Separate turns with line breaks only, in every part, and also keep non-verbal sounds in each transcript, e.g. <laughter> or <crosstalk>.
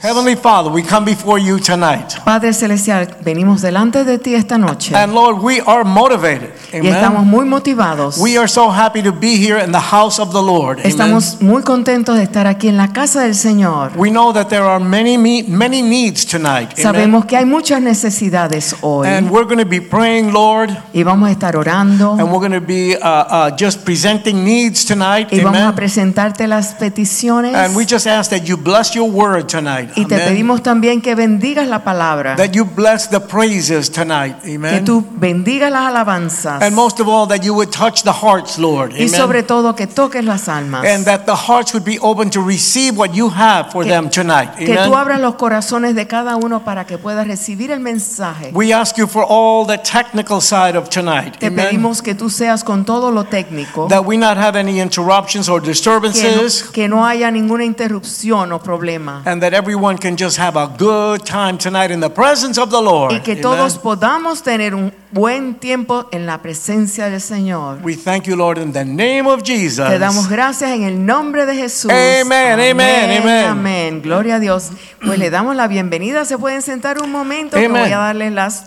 Heavenly Father, we come before you tonight.
Padre Celestial, venimos delante de ti esta noche
And Lord, we are motivated.
y estamos
Amen.
muy motivados.
We are so happy to be here in the house of the Lord. Amen.
Estamos muy contentos de estar aquí en la casa del Señor.
We know that there are many me- many needs tonight. Amen.
Sabemos que hay muchas necesidades hoy
And we're going to be praying, Lord,
y vamos a estar orando
and we're going to be uh, uh, just presenting needs tonight.
y vamos a
Amen.
presentarte las peticiones
And we just ask that you bless your word tonight.
y te
Amen.
pedimos también que bendigas la palabra,
That you bless the praises tonight.
que
Amen.
tú bendigas las alabanzas
And most of all, that you would touch the hearts, Lord. Amen.
y sobre todo que toques las almas.
and that the hearts would be open to receive what you have for
Que-
them tonight.
Que tú
Amen.
abras los corazones de cada uno para que pueda recibir el mensaje.
We ask you for all the technical side of tonight.
Te
Amen.
pedimos que tú seas con todo lo técnico,
That we not have any interruptions or
que no,
disturbances,
que no haya ninguna interrupción o problema
and that everyone can just have a good time tonight in the presence of the Lord.
y que
Amen.
todos podamos tener un buen tiempo en la presencia del Señor.
We thank you, Lord, in the name of Jesus.
Te damos gracias en el nombre de Jesús.
Amen, amen, amen.
Amén. Gloria a Dios. Pues le damos la bienvenida. Se pueden sentar un momento. que
Amen.
voy a darles las,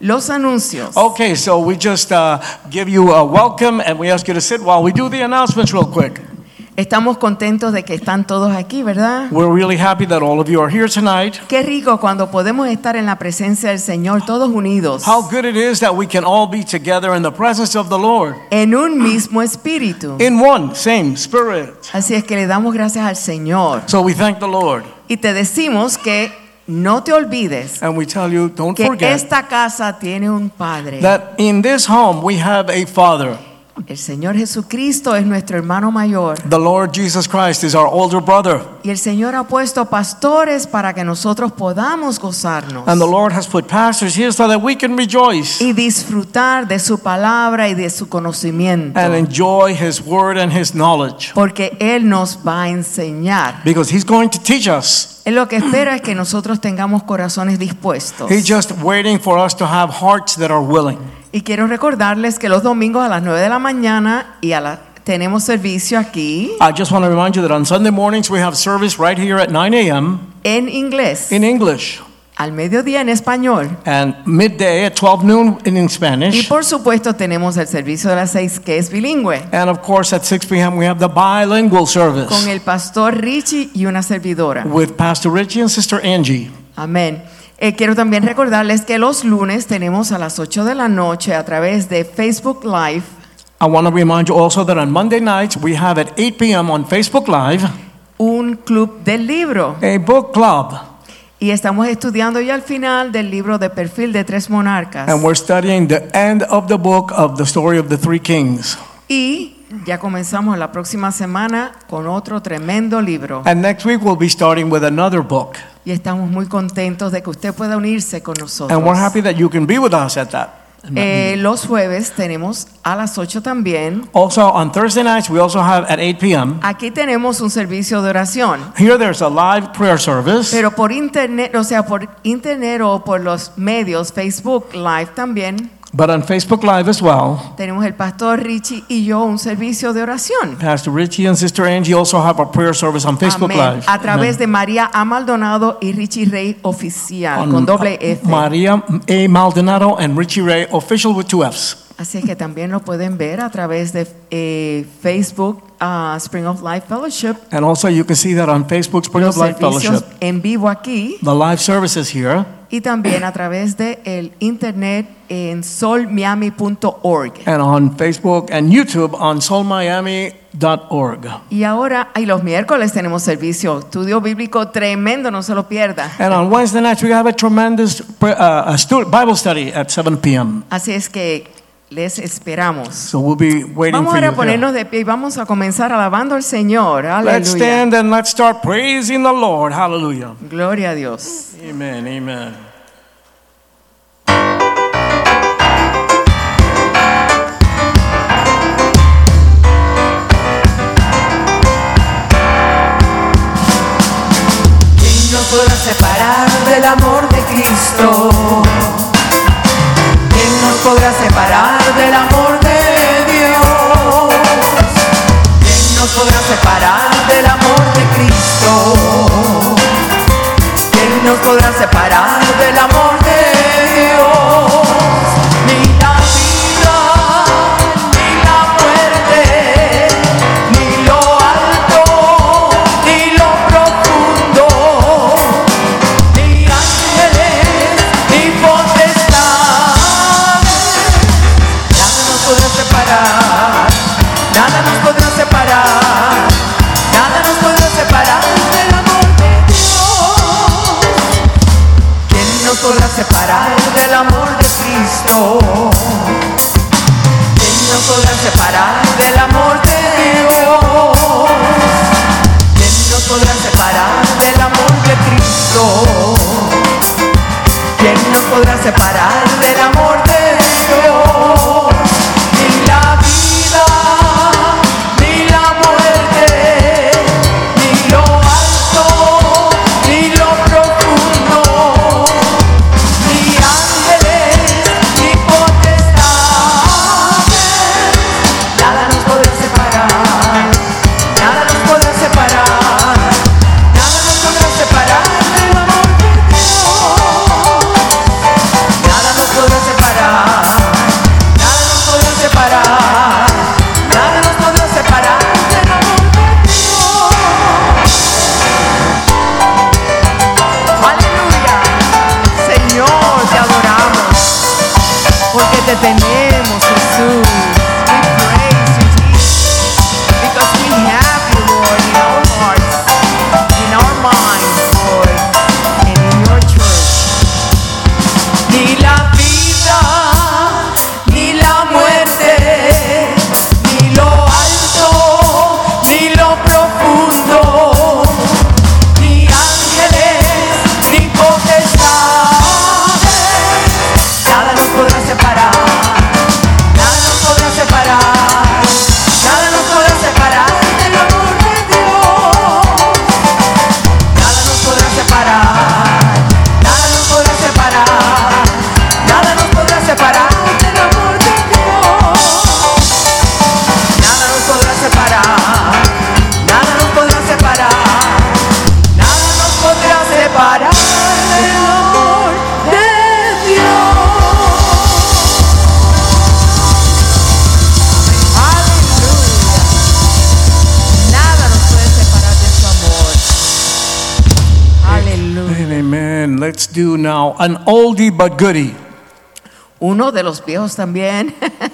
los anuncios.
Okay, so we just uh, give you a welcome, and we ask you to sit while we do the announcements real quick.
Estamos contentos de que están todos aquí, ¿verdad?
We're really happy that all of you are here tonight.
Qué rico cuando podemos estar en la presencia del Señor todos unidos.
How good it is that we can all be together in the presence of the Lord
en un mismo espíritu.
in one same spirit.
Así es que le damos gracias al Señor
So we thank the Lord
y te decimos que no te olvides
and we tell you don't
que
forget
esta casa tiene un Padre.
that in this home we have a Father.
El Señor Jesucristo es nuestro hermano mayor
The Lord Jesus Christ is our older brother,
y el Señor ha puesto pastores para que nosotros podamos gozarnos
and the Lord has put pastors here so that we can rejoice
y disfrutar de su palabra y de su conocimiento,
and enjoy His word and His knowledge
porque Él nos va a enseñar.
because He's going to teach us.
Él lo que espera es que nosotros tengamos corazones dispuestos.
He's just waiting for us to have hearts that are willing.
Y quiero recordarles que los domingos a las 9 de la mañana y a la, tenemos servicio aquí
I just want to remind you that on Sunday mornings we have service right here at 9 a.m.
en inglés,
in English.
al mediodía en español.
and midday at 12 noon in, in
Y
Spanish.
por supuesto tenemos el servicio de las 6 que es bilingüe
And of course, at 6 p.m., we have the bilingual
con
service
el pastor Richie y una servidora.
with Pastor Richie and Sister Angie.
Amén. Eh, quiero también recordarles que los lunes tenemos a las 8 de la noche a través de Facebook Live
I want to remind you also that on Monday nights, we have at 8 p.m. on Facebook Live
un club del libro
a book club.
y estamos estudiando ya al final del libro de perfil de tres monarcas.
And we're studying the end of the book of the story of the three kings.
Y ya comenzamos la próxima semana con otro tremendo libro.
And next week, we'll be starting with another book.
Y estamos muy contentos de que usted pueda unirse con
And we're
nosotros.
happy that you can be with us at that.
Eh, los jueves tenemos a las 8 también.
Also, on Thursday nights, we also have at 8 p.m.
Aquí tenemos un servicio de oración.
Here, there's a live prayer service.
Pero por internet, o sea, por internet o por los medios, Facebook Live también,
But on Facebook Live as well,
tenemos el pastor Richie y yo un servicio de oración.
Pastor Richie and Sister Angie also have a prayer service on Facebook
Amén.
Live.
A través de María A. Maldonado y Richie Rey Oficial,
On,
con doble
uh,
F.
Maria A. Maldonado and Richie Ray, official with two Fs.
Así es que también lo pueden ver a través de eh, Facebook ah, Spring of Life Fellowship.
And also you can see that on Facebook Spring
Los
of Life
servicios
Fellowship.
en vivo aquí
The live services here.
y también a través de el internet en solmiami.org.
And on Facebook and YouTube on soulmiami.org.
Y ahora, y los miércoles tenemos servicio, estudio bíblico tremendo, no se lo pierda.
And on Wednesday nights, we have a tremendous pr- uh, a stu- Bible study at 7 p.m.
Así es que les esperamos.
So we'll be waiting
Vamos
for
ahora
you.
a ponernos
here.
de pie y vamos a comenzar alabando al Señor.
Let's
Aleluya.
stand and let's start praising the Lord. Hallelujah.
Gloria a Dios.
Amen. Amen.
podrá separar del amor de Cristo? ¿Quién nos podrá separar del amor de Dios? ¿Quién nos podrá separar del amor de Cristo? ¿Quién nos podrá separar del amor de Dios? Ni la vida, ni la muerte, ni lo alto, ni lo profundo, ni ángeles, ni potestades, nada nos podrá separar, nada nos podrá separar, nada nos podrá separar del amor de Dios. ¿Quién nos podrá separar del amor de Cristo? ¿Quién nos podrá separar del amor de Dios? ¿Quién nos podrá separar del amor de Cristo? ¿Quién nos podrá separar del amor de Dios? Ni la vida, ni la muerte, ni lo alto, ni lo profundo, ni ángeles, ni potestades, nada nos podrá separar, nada nos podrá separar, nada nos podrá separar del amor de Dios, nada nos podrá separar. Nada nos podrá separar, nada nos podrá separar del amor de Dios. Aleluya, Señor, te adoramos, porque te tenemos, Jesús. We praise you, Jesus, because we have you, Lord, in our hearts, in our minds, Lord, and in your church ni la vida, ni la muerte, ni lo alto, ni lo profundo, ni ángeles, ni potestades, nada nos podrá separar, nada nos podrá separar, nada nos podrá separar del amor de Dios. Nada nos podrá separar, nada nos podrá separar, nada nos podrá separar del amor de Dios. Nada nos podrá separar, nada nos podrá separar, nada nos podrá separar del amor de Dios. Aleluya. Nada nos puede separar de su amor.
Eh,
Aleluya.
And amen. Let's do now an oldie but goodie.
Uno de los viejos también, <laughs> de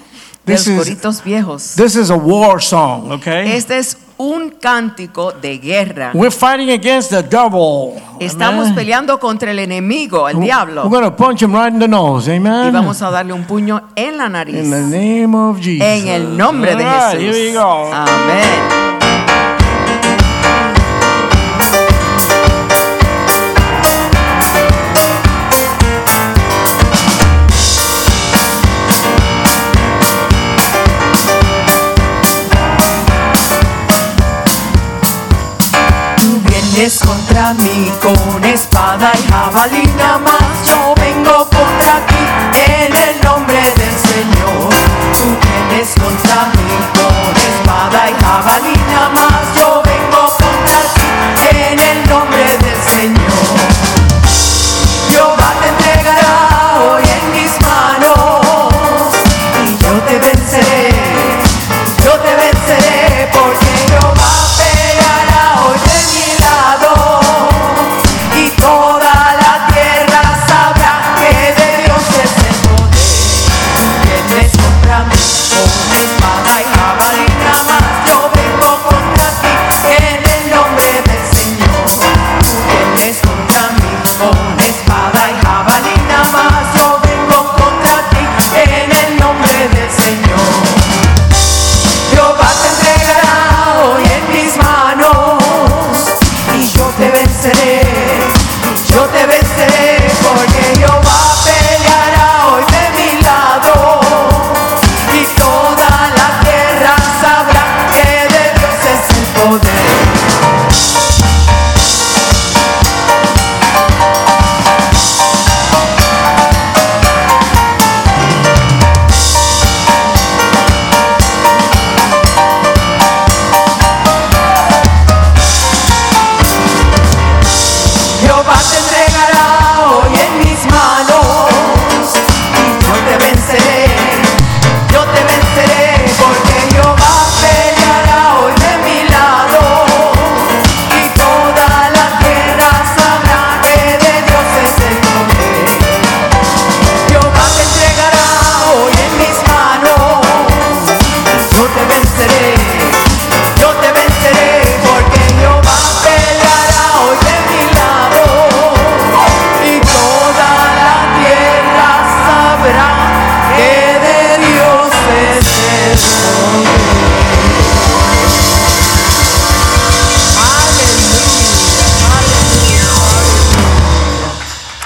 This
los
is-
coritos viejos.
This is a war song, okay?
Este es un cántico de guerra.
We're fighting against the devil.
Estamos
Amen.
peleando contra el enemigo, el diablo.
We're going to punch him right in the nose.
Y
Amen.
vamos a darle un puño en la nariz.
In the name of Jesus.
En el nombre de
All right,
Jesús.
Ah, Here we go.
Amén.
Tú vienes contra mí con espada y jabalina más yo vengo contra ti en el nombre del Señor tú vienes contra mí con espada y jabalina más yo vengo contra ti en el nombre del Señor Jehová te entregará hoy en mis manos y yo te venceré, yo te venceré porque Jehová peleará hoy de mi lado y toda la tierra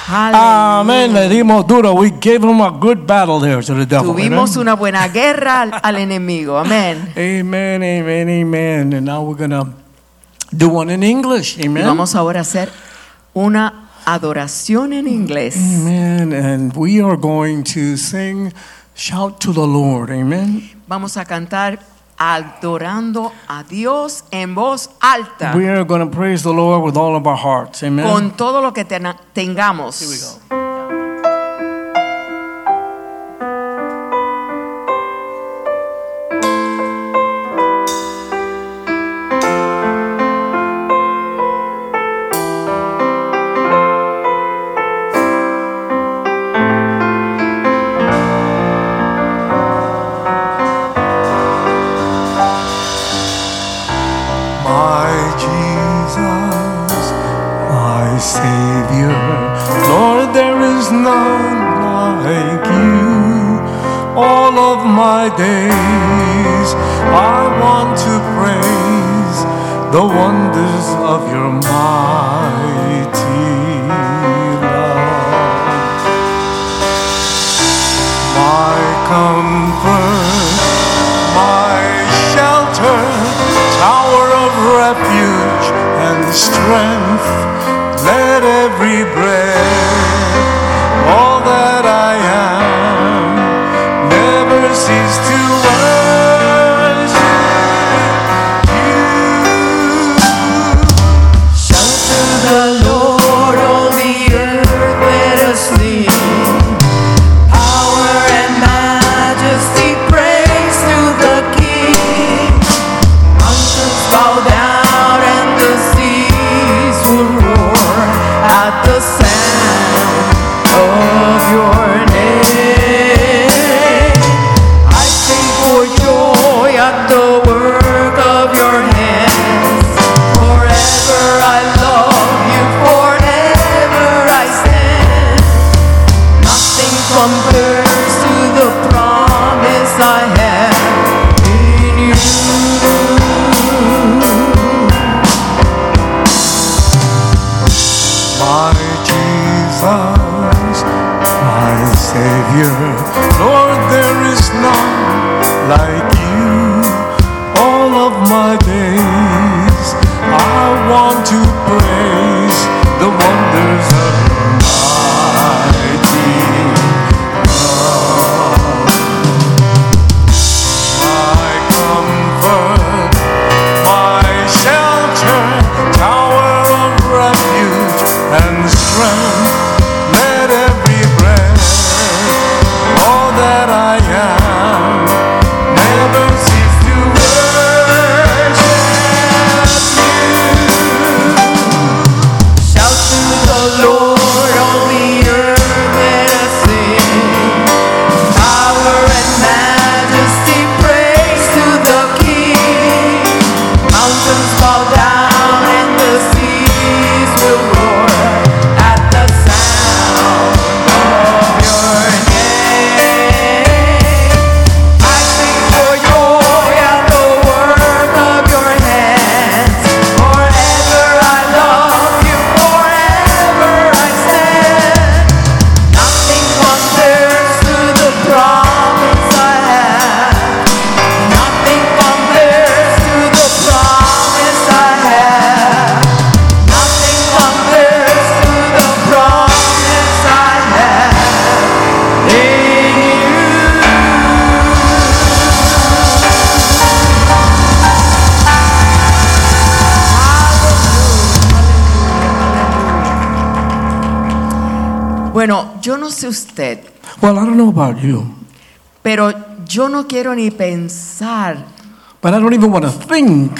Amén.
Aleluya.
Le dimos duro. We gave him a good battle there to the devil.
Tuvimos
Amen.
una buena guerra al, al enemigo. Amén.
Amen, amen, amen. And now we're going to do one in English.
Y
Amen.
vamos ahora a hacer una adoración en inglés.
Amen. And we are going to sing Shout to the Lord. Amen.
Vamos a cantar adorando a Dios en voz alta
We are going to praise the Lord with all of our hearts. Amen.
con todo lo que tena- tengamos.
Here we go. My Jesus, my Savior, Lord, there is none like you. All of my days, I want to praise the wonders of your mighty love my comfort, my shelter, tower of refuge and strength. Let every breath, all that I am, never cease to worship you.
Shout to the Lord, all the earth, let us sing. Power and majesty, praise to the King. Mountains bow down and the seas will roar at the sound of your name. I sing for joy at the work of your hands. Forever I love you, forever I stand. Nothing compares to the promise I have in you.
My Jesus, my Savior, Lord, there is none like you. All of my days, I want to praise the wonders of your mighty love. My comfort, my shelter, tower of refuge and strength. Let every breath, all that I am, never cease to worship you.
Shout to the Lord, all the earth let us sing. Power and majesty, praise to the King. Mountains bow down and the seas will roar at the sound of your name. I sing for joy at the work of your hands. Forever I love you, forever I stand. Nothing compares to the promise I have. Nothing compares to the promise I have. Nothing compares to the promise I have in you.
Bueno, yo no sé usted,
Well, I don't know about you,
pero yo no quiero ni pensar
but I don't even want to think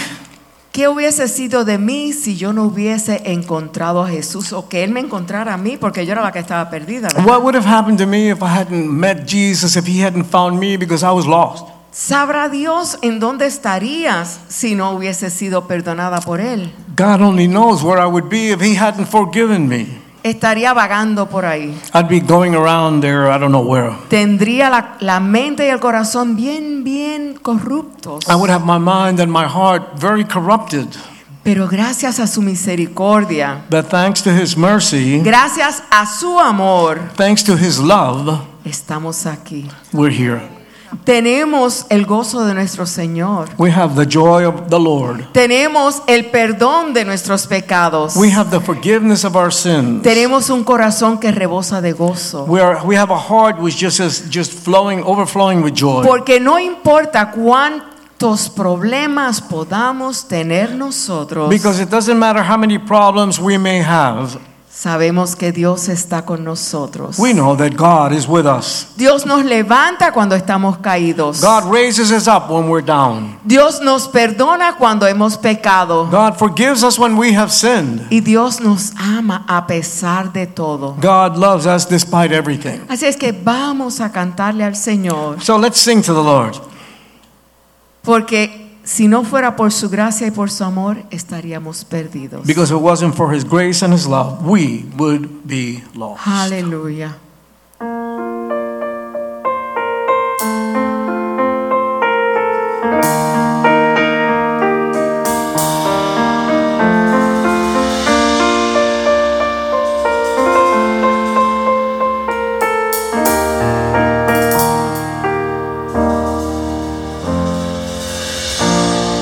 qué hubiese sido de mí si yo no hubiese encontrado a Jesús o que Él me encontrara a mí porque yo era la que estaba perdida. ¿verdad?
what would have happened to me if I hadn't met Jesus, if he hadn't found me because I was lost.
¿Sabrá Dios en dónde estarías si no hubiese sido perdonada por Él?
God only knows where I would be if he hadn't forgiven me.
Estaría vagando por ahí.
I'd be going around there, I don't know where.
Tendría la, la mente y el corazón bien, bien corruptos.
I would have my mind and my heart very corrupted.
Pero gracias a su misericordia,
that thanks to His mercy,
gracias a su amor,
thanks to His love,
estamos aquí.
we're here.
Tenemos el gozo de nuestro Señor.
We have the joy of the Lord.
Tenemos el perdón de nuestros pecados.
We have the forgiveness of our sins.
Tenemos un corazón que rebosa de gozo.
We, are, we have a heart which just is just flowing, overflowing with joy.
Porque no importa cuántos problemas podamos tener nosotros,
Because it doesn't matter how many problems we may have,
sabemos que Dios está con nosotros.
we know that God is with us.
Dios nos levanta cuando estamos caídos.
God raises us up when we're down.
Dios nos perdona cuando hemos pecado.
God forgives us when we have sinned.
Y Dios nos ama a pesar de todo.
God loves us despite everything.
Así es que vamos a cantarle al Señor.
So let's sing to the Lord.
Porque si no fuera por su gracia y por su amor, estaríamos perdidos.
Because if it wasn't for his grace and his love, we would be lost.
Aleluya.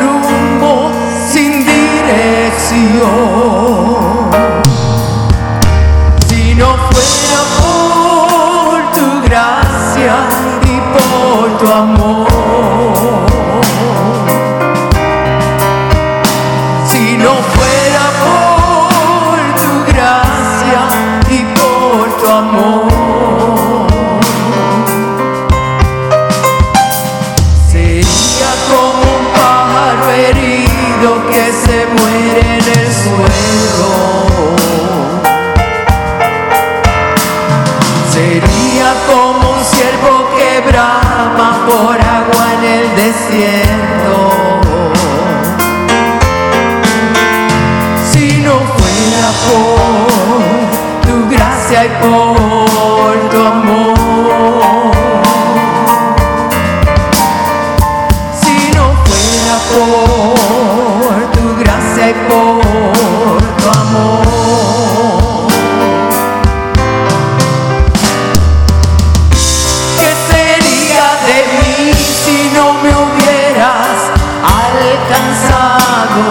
rumbo, sin dirección. Si no fuera por tu gracia y por tu amor, si no fuera por tu gracia y por tu amor, sería como un pájaro herido que se muere en el suelo. Sería como un ciervo que brama por agua en el desierto si no fuera por tu gracia y por tu amor. Si no fuera por tu gracia y por tu amor. ¿Qué sería de mí si no me hubieras alcanzado?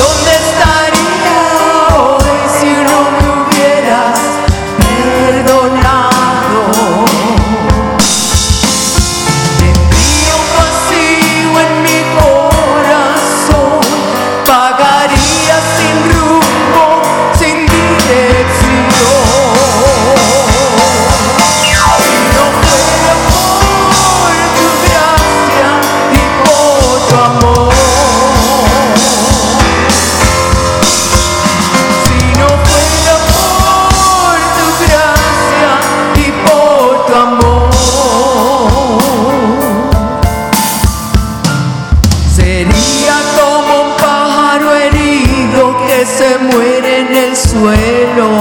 ¿Dónde estaría hoy si no me hubieras perdonado? Tendría un vacío en mi corazón, pagaría sin rumbo, sin dirección. Si no fuera por tu gracia y por tu amor. Si no fuera por tu gracia y por tu amor, sería como un pájaro herido que se muere en el suelo.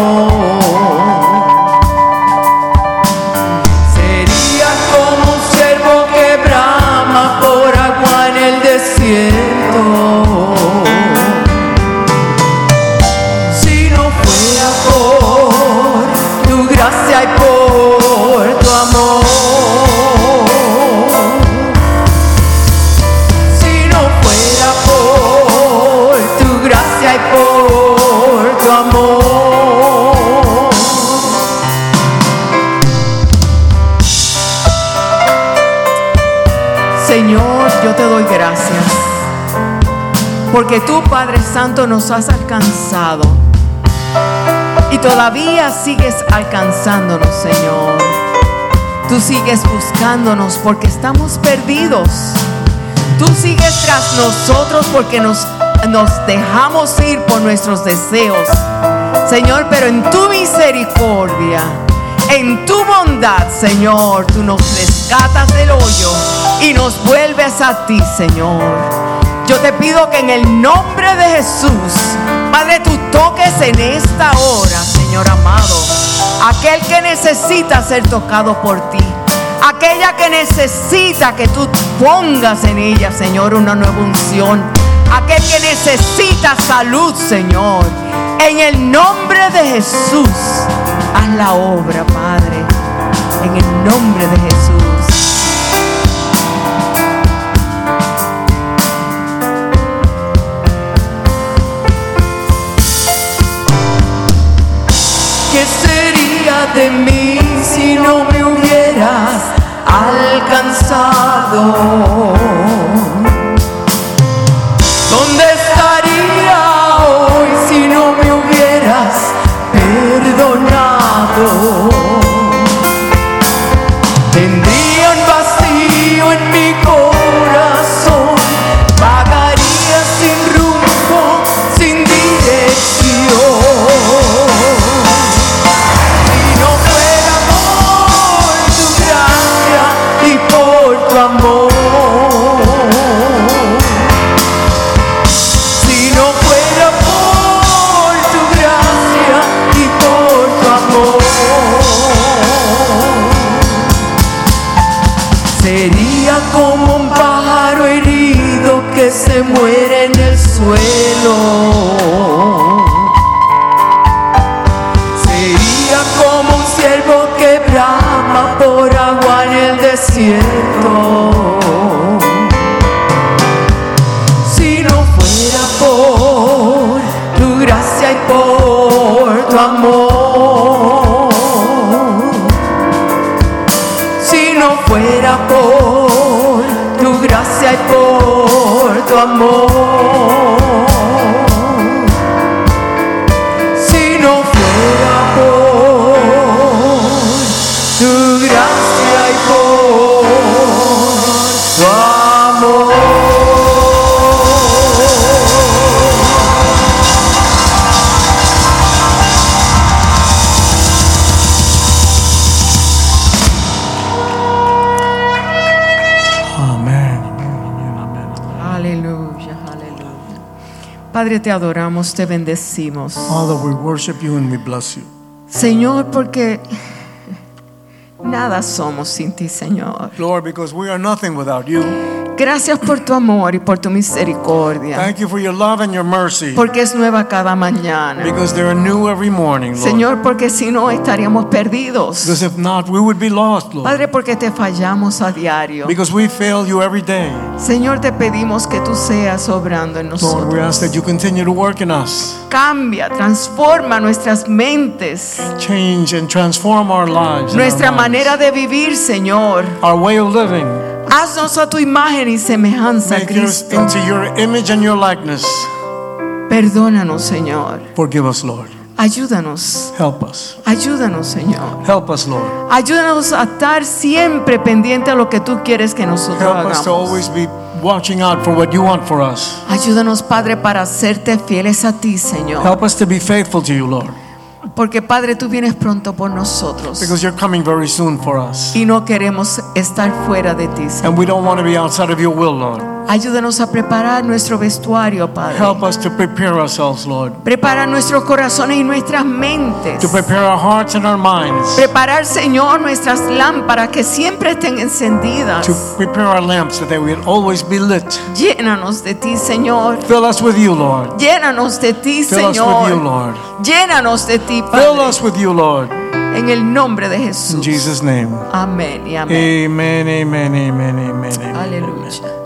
Sería como un ciervo que brama por agua en el desierto. Si no fuera por tu gracia y por tu amor. Si no fuera por tu gracia y por tu amor.
Señor, yo te doy gracias. Porque tú, Padre Santo, nos has alcanzado. Y todavía sigues alcanzándonos, Señor. Tú sigues buscándonos porque estamos perdidos. Tú sigues tras nosotros porque nos nos dejamos ir por nuestros deseos. Señor, pero en tu misericordia, en tu bondad, Señor, tú nos rescatas del hoyo y nos vuelves a ti, Señor. Yo te pido que en el nombre de Jesús, Padre, tú toques en esta hora, Señor amado, aquel que necesita ser tocado por ti, aquella que necesita que tú pongas en ella, Señor, una nueva unción, aquel que necesita salud, Señor. En el nombre de Jesús, haz la obra, Padre. En el nombre de Jesús.
¿Qué sería de mí si no me hubieras alcanzado? ¿Dónde estaría hoy si no me hubieras perdonado? Tendría un vacío en mi corazón, vagaría sin rumbo, sin dirección. Si no fuera por tu gracia y por tu amor, si no fuera por tu gracia y por tu amor, sería como un pájaro herido que se muere en el suelo. Sería como un ciervo que brama por agua en el desierto. Si no fuera por tu gracia y por tu amor. Si no fuera por tu gracia y por tu amor si no fuera por tu gracia y por tu amor.
Amen.
Aleluya, aleluya. Padre, te adoramos, te bendecimos.
Father, we worship you and we bless you.
Señor, porque nada somos sin ti, Señor.
Lord, because we are nothing without you.
Gracias por tu amor y por tu misericordia,
Thank you for your love and your mercy.
porque es nueva cada mañana.
Because they are new every morning, Lord.
Señor, porque si no estaríamos perdidos.
Because if not, we would be lost, Lord.
Padre, porque te fallamos a diario.
Because we fail you every day.
Señor, te pedimos que tú seas obrando en
Lord, we
nosotros.
ask that you continue to work in us,
Cambia, transforma nuestras mentes,
change and transform our lives, and
nuestra
our, minds.
manera de vivir, Señor.
our way of living,
Haznos a tu imagen y semejanza,
make us
Cristo.
into your image and your likeness.
Perdónanos, Señor.
Forgive us, Lord.
Ayúdanos.
Help us.
Ayúdanos, Señor.
Help us, Lord.
Ayúdanos a estar siempre pendiente a lo que tú quieres que nosotros
Help us to
hagamos.
always be watching out for what you want for us.
Ayúdanos, Padre, para serte fieles a ti, Señor.
Help us to be faithful to you, Lord,
Porque, Padre, tú vienes pronto por nosotros.
because you're coming very soon for us.
Y no queremos estar fuera de ti, Señor.
And we don't want to be outside of your will, Lord.
Ayúdanos a preparar nuestro vestuario, Padre.
Help us to prepare ourselves, Lord,
Prepara nuestros corazones y nuestras mentes.
to prepare our hearts and our minds,
Preparar, Señor, nuestras lámparas que siempre estén
to
encendidas.
prepare our lamps so that we'll always be lit.
Llénanos de ti, Señor.
Fill us with you, Lord.
Llénanos de ti,
Fill us with you,
Señor.
Lord.
Llénanos de ti,
Fill
Padre.
us with you, Lord.
En el nombre de
In
Jesús.
Jesus' name.
Amén y amén.
Amen, amen, amen, amen, amen.
Aleluya.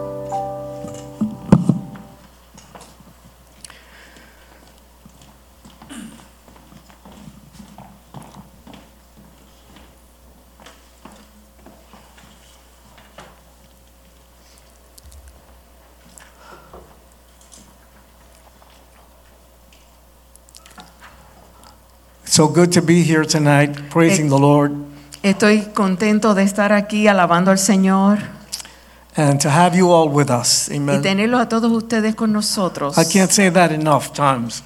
So good to be here tonight, praising the Lord.
Estoy contento de estar aquí alabando al Señor.
and to have you all with us.
y
Amen.
tenerlos a todos ustedes con nosotros.
I can't say that enough times.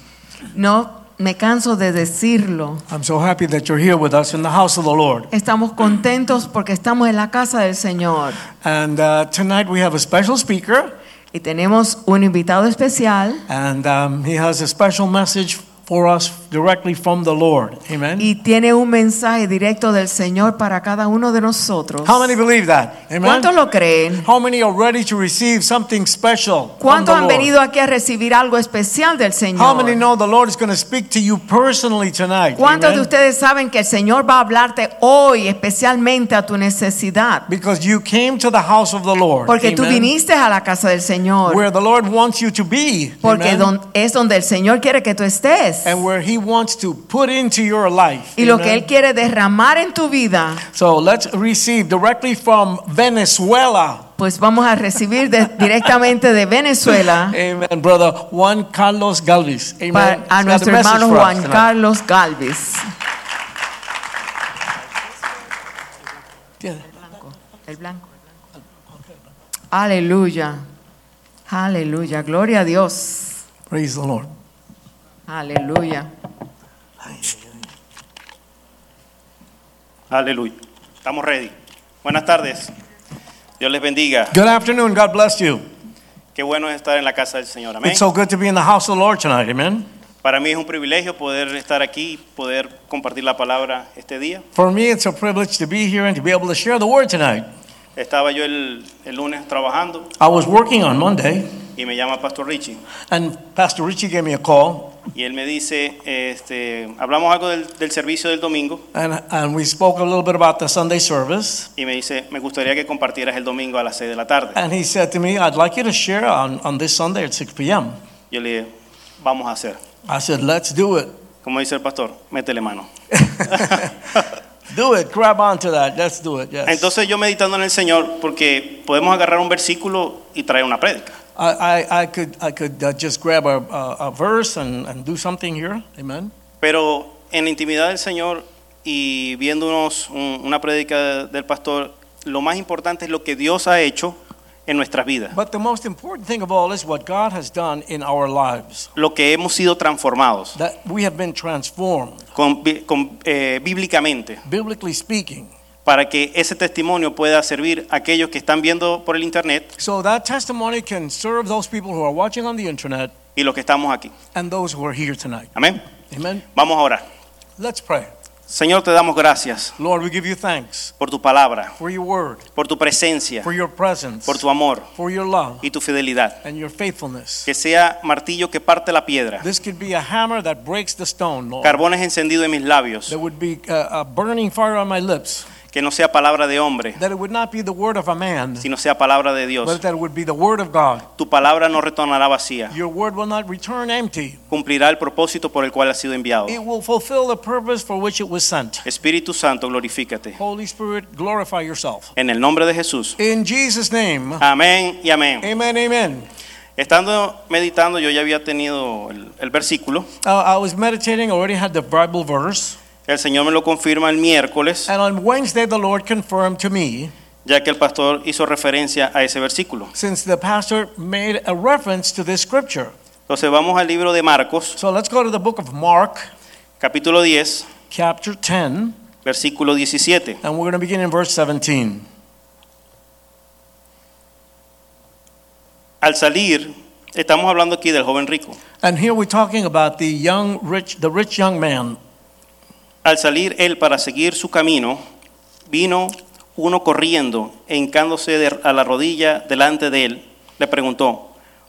No me canso de decirlo.
I'm so happy that you're here with us in the house of the Lord.
Estamos contentos porque estamos en la casa del Señor
And uh, tonight we have a special speaker,
y tenemos un invitado especial
and um, he has a special message for us directly from the Lord. Amen.
y tiene un mensaje directo del Señor para cada uno de nosotros.
How many believe that? Amen.
¿Cuántos lo creen?
How many are ready to receive something special? From the
¿Cuántos han
Lord?
venido aquí a recibir algo especial del
How many
Señor?
know the Lord is going to speak to you personally tonight?
¿Cuántos de
Amen?
ustedes saben que el Señor va a hablarte hoy especialmente a tu necesidad?
Because you came to the house of the Lord.
Porque tú
Amen?
viniste a la casa del Señor.
Where the Lord wants you to be.
Porque
Amen?
don- es donde el Señor quiere que tú estés.
And where He wants to put into your life.
Y lo
Amen?
que Él quiere derramar en tu vida,
So let's receive directly from Venezuela.
pues vamos a
<laughs>
recibir de- directamente de Venezuela
Amen, brother Juan Carlos Galvis. Amen.
para- a
He's got
nuestro
message
hermano
for us
Juan
tonight.
Carlos Galvis.
Yeah.
El blanco. Aleluya. Aleluya. Gloria a Dios.
Praise the Lord.
Aleluya.
Aleluya. Estamos ready. Buenas tardes. Dios les bendiga.
Good afternoon. God bless you.
Qué bueno es estar en la casa del Señor. Amén.
It's so good to be in the house of the Lord tonight. Amen.
Para mí es un privilegio poder estar aquí, poder compartir la palabra este día.
For me, it's a privilege to be here and to be able to share the word tonight.
Estaba yo el, el lunes trabajando
I was working on Monday,
y me llama Pastor Richie
and Pastor Richie gave me a call,
y él me dice, este, hablamos algo del, del servicio del domingo
and, and we spoke a little bit about the Sunday service.
y me dice, me gustaría que compartieras el domingo a las 6 de la tarde.
And he said to me, I'd like you to share on, on this Sunday at 6 p.m.
Yo le dije, vamos a hacer.
I said, Let's do
<laughs>
it.
Como dice el pastor, métele mano.
Do it. Grab onto that. Let's do it. Yes.
Entonces yo meditando en el Señor, porque podemos agarrar un versículo y traer una prédica.
I, I, I could, I could uh, just grab a, a, a verse and, and do something here. Amen.
Pero en la intimidad del Señor y viendo unos- un- una prédica del pastor, lo más importante es lo que Dios ha hecho en nuestras vidas,
But the most important thing of all is what God has done in our lives,
lo que hemos sido transformados
that we have been transformed,
con- bi- con, eh, bíblicamente,
biblically speaking.
para que ese testimonio pueda servir a aquellos que están viendo por el internet
So that testimony can serve those people who are watching on the internet
y los que estamos aquí.
and those who are here tonight.
Amén.
Amen.
Vamos a orar.
Let's pray.
Señor, te damos gracias
Lord, we give you thanks
por tu palabra,
for your word,
por tu presencia,
for your presence,
por tu amor
for your love,
y tu fidelidad.
and your faithfulness.
Que sea martillo que parte la piedra,
This could be a hammer that breaks the stone, Lord.
carbones encendidos en mis labios.
There would be a, a burning fire on my lips.
que no sea palabra de hombre,
That it would not be the word of a man,
sino sea palabra de Dios.
but that it would be the word of God.
Tu palabra no retornará vacía,
Your word will not return empty.
cumplirá el propósito por el cual ha sido enviado.
It will fulfill the purpose for which it was sent.
Espíritu Santo, glorifícate.
Holy Spirit, glorify yourself.
En el nombre de Jesús.
In Jesus' name.
Amén y amén.
Amen, amen.
Estando meditando, yo ya había tenido el, el versículo.
Uh, I was meditating, already had the Bible verse,
El Señor me lo confirma el miércoles,
and on Wednesday the Lord confirmed to me,
ya que el pastor hizo referencia a ese versículo.
since the pastor made a reference to this scripture.
Entonces vamos al libro de Marcos,
So let's go to the book of Mark,
capítulo 10,
chapter 10,
versículo 17.
and we're going to begin in verse 17.
Al salir, estamos hablando aquí del joven rico.
And here we're talking about the young rich, the rich young man.
Al salir él para seguir su camino, vino uno corriendo e hincándose de- a la rodilla delante de él. Le preguntó,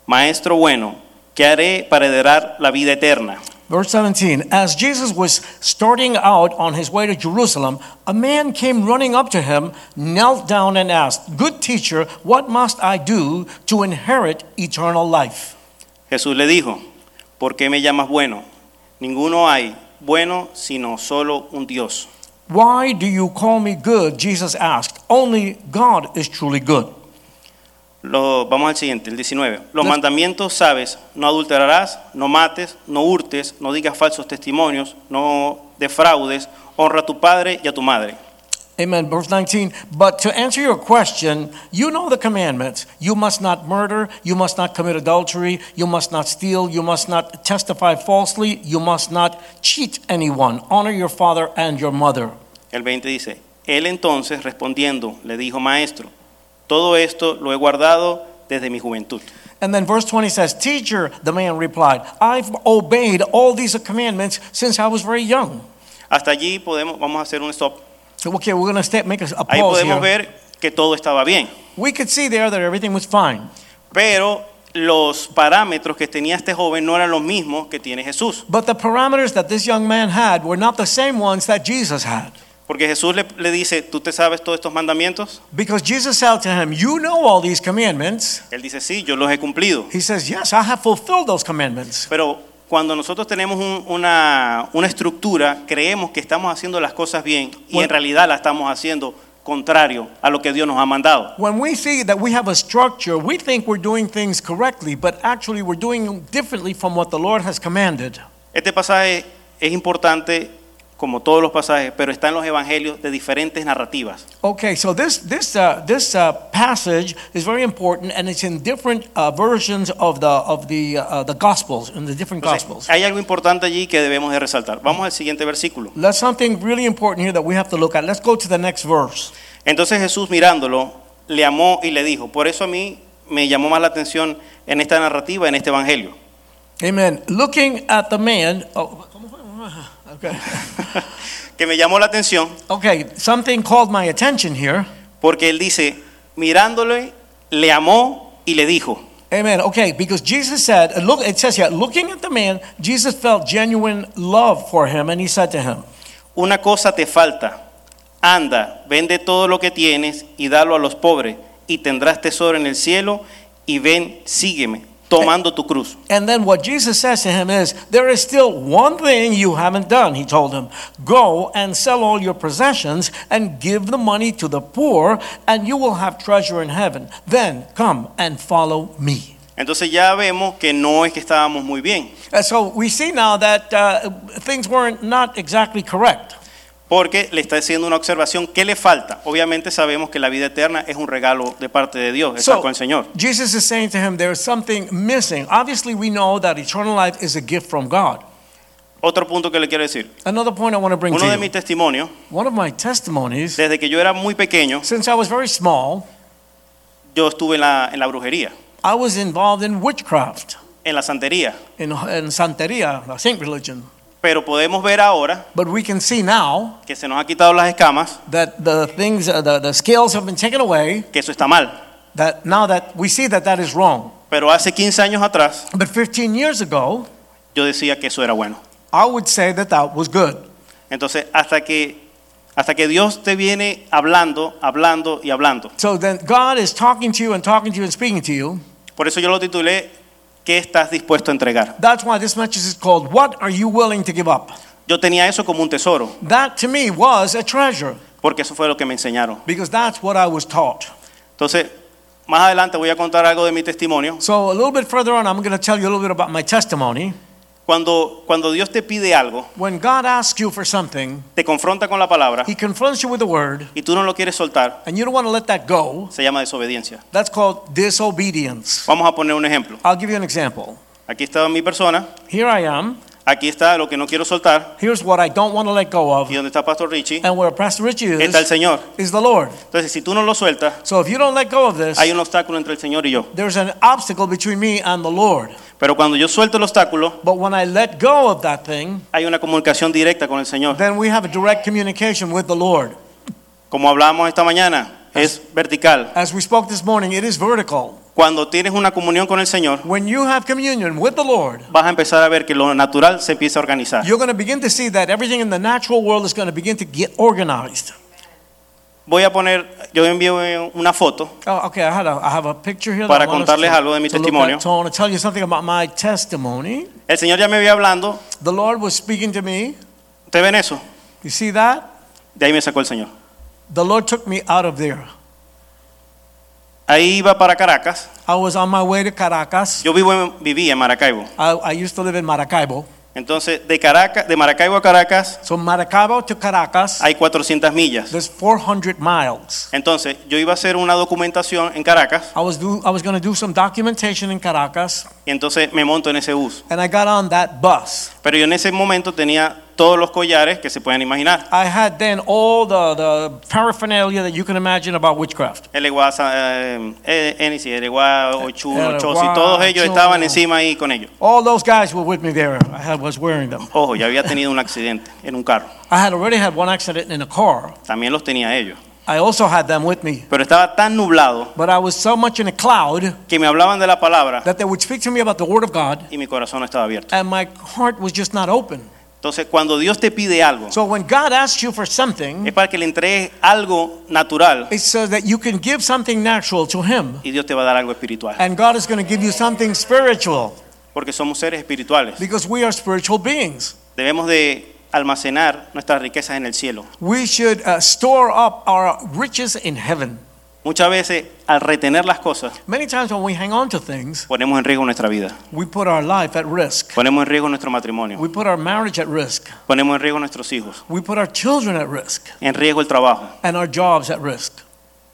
Maestro bueno, ¿qué haré para heredar la vida eterna?
Verse 17 As Jesus was starting out on his way to Jerusalem, a man came running up to him, knelt down, and asked, Good teacher, what must I do to inherit eternal life?
Jesús le dijo, ¿por qué me llamas bueno? Ninguno hay bueno sino solo un Dios.
Why do you call me good? Jesus asked. Only God is truly good.
Lo- vamos al siguiente, el 19. Los
Let's-
mandamientos sabes, no adulterarás, no mates, no hurtes, no digas falsos testimonios, no defraudes, honra a tu padre y a tu madre.
Amen. Verse 19. But to answer your question, you know the commandments. You must not murder. You must not commit adultery. You must not steal. You must not testify falsely. You must not cheat anyone. Honor your father and your mother.
El 20 dice, él entonces respondiendo le dijo, maestro, todo esto lo he guardado desde mi juventud.
And then verse 20 says, Teacher, the man replied, I've obeyed all these commandments since I was very young.
Hasta allí podemos, vamos a hacer un stop.
So, okay, we're going to step, make a, a
Ahí
pause
podemos
here.
ver que todo estaba bien,
We could see there that everything was fine.
pero los parámetros que tenía este joven no eran los mismos que tiene Jesús,
But the parameters that this young man had were not the same ones that Jesus had.
porque Jesús le, le dice, ¿tú te sabes todos estos mandamientos?
Because Jesus said to him, You know all these commandments.
Él dice, sí, yo los he cumplido.
He says, Yes, I have fulfilled those commandments.
Pero cuando nosotros tenemos un- una, una estructura, creemos que estamos haciendo las cosas bien y en
Bueno.
realidad la estamos haciendo contrario a lo que Dios nos ha mandado.
When we see that we have a structure, we think we're doing things correctly, but actually we're doing them differently from what the Lord has commanded.
Este pasaje es importante como todos los pasajes, pero está en los evangelios de diferentes narrativas.
Okay, so this this uh, this uh, passage is very important, and it's in different uh, versions of the of the uh, the Gospels in the different
Entonces,
Gospels.
hay algo importante allí que debemos de resaltar. Vamos al siguiente versículo.
That's something really important here that we have to look at. Let's go to the next verse.
Entonces Jesús mirándolo, le amó y le dijo, por eso a mí me llamó más la atención en esta narrativa, en este evangelio. <laughs>
Amen. Looking at the man. Oh, <laughs> ¿cómo fue? okay.
que me llamó la atención
Okay. Something called my attention here.
Porque él dice, mirándole, le amó y le dijo.
Amen. Okay, because Jesus said, uh, look, it says here, looking at the man, Jesus felt genuine love for him, and he said to him,
Una cosa te falta. Anda, vende todo lo que tienes y dalo a los pobres y tendrás tesoro en el cielo y ven, sígueme, tomando tu cruz.
And then what Jesus says to him is, There is still one thing you haven't done, he told him. Go and sell all your possessions and give the money to the poor, and you will have treasure in heaven. Then come and follow me.
Entonces ya vemos que no es que estábamos muy bien,
And Uh, so we see now that uh, things weren't not exactly correct.
porque le está haciendo una observación, ¿qué le falta? Obviamente sabemos que la vida eterna es un regalo de parte de Dios, está con el Señor.
Jesus is saying to him, There is something missing. Obviously, we know that eternal life is a gift from God.
Otro punto que le quiero decir,
Another point I want to bring
uno de
to
mis
you.
testimonios,
One of my testimonies,
desde que yo era muy pequeño,
since I was very small,
yo estuve en la, en la brujería,
I was involved in witchcraft,
en la santería.
in, in Santeria, the saint religion.
Pero podemos ver ahora
But we can see now
que se nos ha quitado las escamas,
that the things, uh, the, the scales have been taken away,
que eso está mal.
that now that we see that that is wrong.
Pero hace 15 años atrás
But 15 years ago,
yo decía que eso era bueno.
I would say that that was good.
Entonces, hasta que hasta que Dios te viene hablando, hablando y hablando.
So then God is talking to you and talking to you and speaking to you.
Por eso yo lo titulé ¿Qué estás dispuesto a entregar?
That's why this message is called, What Are You Willing to Give Up?
Yo tenía eso como un tesoro,
That to me was a treasure
porque eso fue lo que me enseñaron.
because that's what I was taught.
Entonces, más adelante voy a contar algo de mi testimonio.
So a little bit further on, I'm going to tell you a little bit about my testimony.
Cuando cuando Dios te pide algo,
When God asks you for something,
te confronta con la palabra
He confronts you with a word,
y tú no lo quieres soltar,
and you don't want to let that go.
se llama desobediencia.
That's called disobedience.
Vamos a poner un ejemplo.
I'll give you an example.
Aquí está mi persona,
Here I am.
Aquí está lo que no quiero soltar
Here's what I don't want to let go of.
y donde está Pastor Richie
And where Pastor Richie
está el
is,
Señor.
is the Lord.
Entonces, si tú no lo sueltas,
So if you don't let go of this,
hay un obstáculo entre el Señor y yo.
there's an obstacle between me and the Lord.
Pero cuando yo suelto el obstáculo,
But when I let go of that thing,
hay una comunicación directa con el Señor.
then we have a direct communication with the Lord.
Como hablábamos esta mañana, es vertical.
As we spoke this morning, it is vertical.
Cuando tienes una comunión con el Señor,
When you have communion with the Lord,
vas a empezar a ver que lo natural se empieza a organizar.
you're going to begin to see that everything in the natural world is going to begin to get organized.
Voy a poner, yo envié una foto
Oh, okay, I, had a, I have a picture here.
Para
that I want us
contarles
to-
algo de mi
to look
testimonio.
at. So I want to tell you something about my testimony.
El Señor ya me había hablando.
The Lord was speaking to me.
¿Ustedes ven eso?
You see that?
De ahí me sacó el Señor.
The Lord took me out of there.
Ahí iba para Caracas.
I was on my way to Caracas.
Yo vivo en- vivía en Maracaibo.
I, I used to live in Maracaibo.
Entonces, de, Caracas, de Maracaibo a Caracas
So Maracaibo to Caracas,
hay 400 millas.
there's 400 miles.
Entonces, yo iba a hacer una documentación en Caracas
I was do, I was going to do some documentation in Caracas,
y entonces me monto en ese bus.
and I got on that bus.
Pero yo en ese momento tenía todos los collares que se pueden imaginar.
I had then all the, the paraphernalia that you can imagine about witchcraft.
El Eguá, Sa- eh, eh, Enisi, el Eguá, Ochuno,
El
Chosi,
Eguá,
todos ellos
Ochuno.
estaban encima ahí con ellos.
All those guys were with me there. I had, was wearing them.
Ojo, ya había tenido un accidente en un carro.
I had already had one accident in a car.
También los tenía ellos.
I also had them with me.
Pero estaba tan nublado
But I was so much in a cloud
que me hablaban de la palabra
that they would speak to me about the Word of God,
y mi corazón no estaba abierto.
and my heart was just not open.
Entonces, cuando Dios te pide algo,
So when God asks you for something,
es para que le entregues algo natural
it says that you can give something natural to Him,
y Dios te va a dar algo espiritual.
and God is going to give you something spiritual
Porque somos seres espirituales.
because we are spiritual beings.
Debemos de almacenar nuestras riquezas en el cielo.
We should uh, store up our riches in heaven.
Muchas veces, al retener las cosas,
Many times when we hang on to things,
ponemos en riesgo nuestra vida.
we put our life at risk.
Ponemos en riesgo nuestro matrimonio.
We put our marriage at risk.
Ponemos en riesgo nuestros hijos.
We put our children at risk
En riesgo el trabajo
and our jobs at risk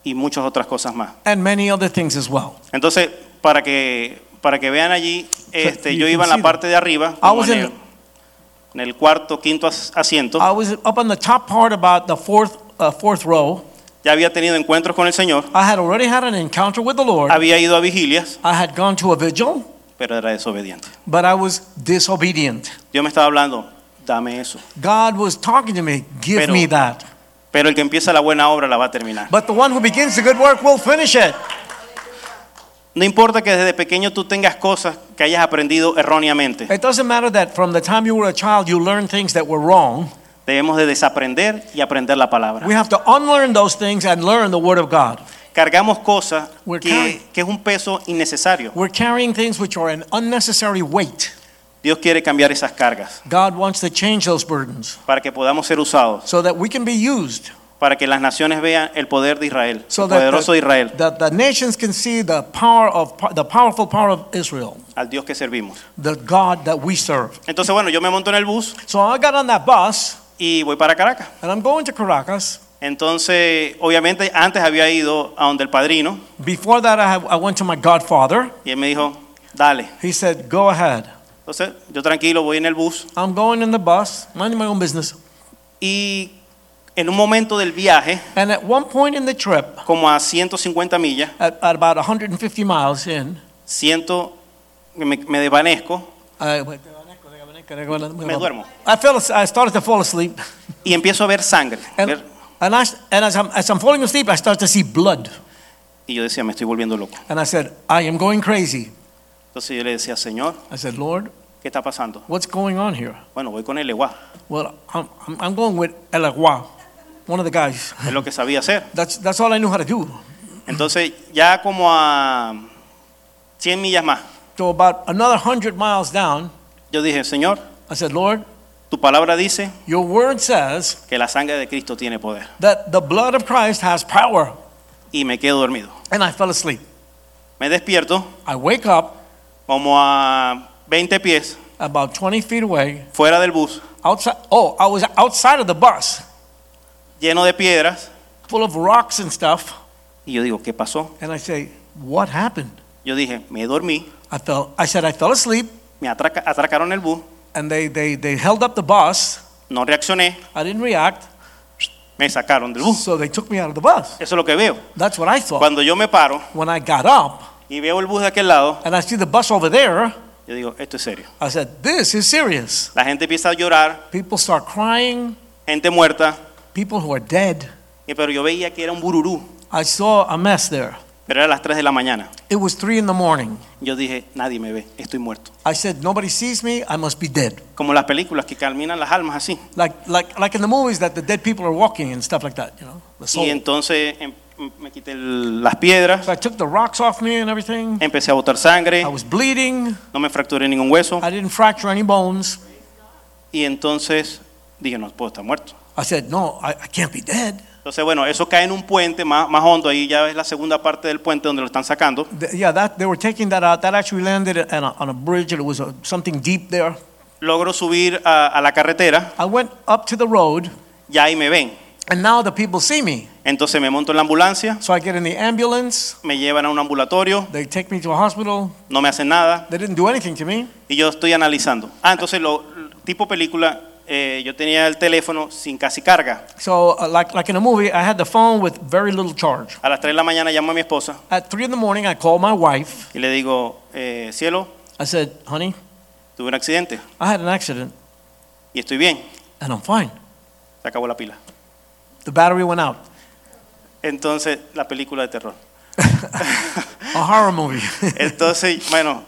y muchas otras cosas más.
and many other things as well.
Entonces, para que, para que vean allí, este,
you
yo
can
iba en
see
la
that.
parte de arriba,
I
como
was
Ah, en,
in-
el, Ah. en el cuarto, quinto as- asiento.
I was up on the top part about the fourth uh, fourth row.
Ya había tenido encuentros con el Señor,
I had already had an encounter with the Lord.
había ido a vigilias,
I had gone to a vigil,
pero era desobediente.
but I was disobedient.
Dios me estaba hablando, dame eso.
God was talking to me, give
Pero-
me that.
Pero el que empieza la buena obra la va a terminar.
But the one who begins the good work will finish it.
No importa que desde pequeño tú tengas cosas que hayas aprendido erróneamente.
It doesn't matter that from the time you were a child you learned things that were wrong.
Debemos de desaprender y aprender la palabra.
We have to unlearn those things and learn the word of God.
Cargamos cosas
We're
que,
carrying-
que es un peso innecesario.
We're carrying things which are an unnecessary weight.
Dios quiere cambiar esas cargas
God wants to change those burdens
para que podamos ser usados.
so that we can be used,
para que las naciones vean el poder de Israel,
so
el
that
poderoso de
the,
Israel,
that the nations can see the power of the powerful power of Israel,
al Dios que servimos.
the God that we serve.
Entonces, bueno, yo me monto en el bus
So I got on that bus
y voy para Caracas.
and I'm going to Caracas.
Entonces, obviamente, antes había ido a donde el padrino
Before that, I, I went to my godfather.
y él me dijo, dale.
He said, "Go ahead."
Entonces, yo tranquilo voy en el bus
I'm going in the bus, minding my own business.
y en un momento del viaje,
And at one point in the trip,
como a 150 millas,
at, at about 150 miles in,
siento que me, me desvanezco
I
Me duermo.
I fell. as- I started to fall asleep,
y empiezo a ver sangre.
and,
ver-
and, I, and as, I'm, as I'm falling asleep, I start to see blood,
y yo decía, me estoy volviendo loco.
and I said, "I am going crazy."
Entonces yo le decía, Señor,
I said, "Lord,
¿qué está pasando?
what's going on here?"
Bueno, voy con el Eguá,
Well, I'm, I'm, I'm going with El Agua, one of the guys.
es lo que sabía hacer.
That's that's all I knew how to do.
Entonces, ya como a 100 millas más,
So about another hundred miles down,
yo dije, Señor,
I said, "Lord,
tu palabra dice
Your word says
que la sangre de Cristo tiene poder.
that the blood of Christ has power.
Y me quedo dormido.
And I fell asleep.
Me despierto
I wake up
como a 20 pies
about 20 feet away,
fuera del bus,
outside. Oh, I was outside of the bus,
lleno de piedras.
full of rocks and stuff.
Y yo digo, ¿qué pasó?
And I say, What happened?
Yo dije, me dormí,
I fell. I said, I fell asleep.
me atraca- atracaron el bus,
And they, they, they held up the bus.
no reaccioné,
I didn't react.
me sacaron del bus.
So they took me out of the bus.
Eso es lo que veo.
That's what I thought.
Cuando yo me paro
When I got up
y veo el bus de aquel lado,
and I see the bus over there,
yo digo, esto es serio.
I said, This is serious.
La gente empieza a llorar,
People start crying,
gente muerta,
people who are dead.
y- pero yo veía que era un bururú,
I saw a mess there.
pero era las 3 de la mañana.
It was three in the morning.
Yo dije, nadie me ve, estoy muerto.
I said, nobody sees me, I must be dead.
Como las películas que caminan las almas así.
Like, like, like in the movies that the dead people are walking and stuff like that, you know, the soul.
Y entonces em- me quité el- las piedras,
so I took the rocks off me and everything.
empecé a botar sangre,
I was bleeding.
no me fracturé ningún hueso.
I didn't fracture any bones.
Y entonces dije, no puedo estar muerto.
I said, no, I, I can't be dead.
Entonces, bueno, eso cae en un puente más, más hondo. Ahí ya es la segunda parte del puente donde lo están sacando.
The- yeah, that, they were taking that out. That actually landed on a, on a bridge and it was a, something deep there.
logro subir a, a la carretera
I went up to the road,
y ahí me ven.
and now the people see me.
Entonces me monto en la ambulancia,
So I get in the ambulance,
me llevan a un ambulatorio,
they take me to a hospital.
no me hacen nada
They didn't do anything to me.
y yo estoy analizando. Ah, entonces lo tipo película, eh, yo tenía el teléfono sin casi carga.
So, uh, like, like in a movie, I had the phone with very little charge.
A las 3 de la mañana llamo a mi esposa
At 3 in the morning, I called my wife.
y le digo, eh, cielo,
I said, honey,
tuve un accidente
I had an accident
y estoy bien.
and I'm fine.
Se acabó la pila.
The battery went out.
Entonces, la película de terror.
A horror movie. <laughs>
Entonces, <laughs> bueno,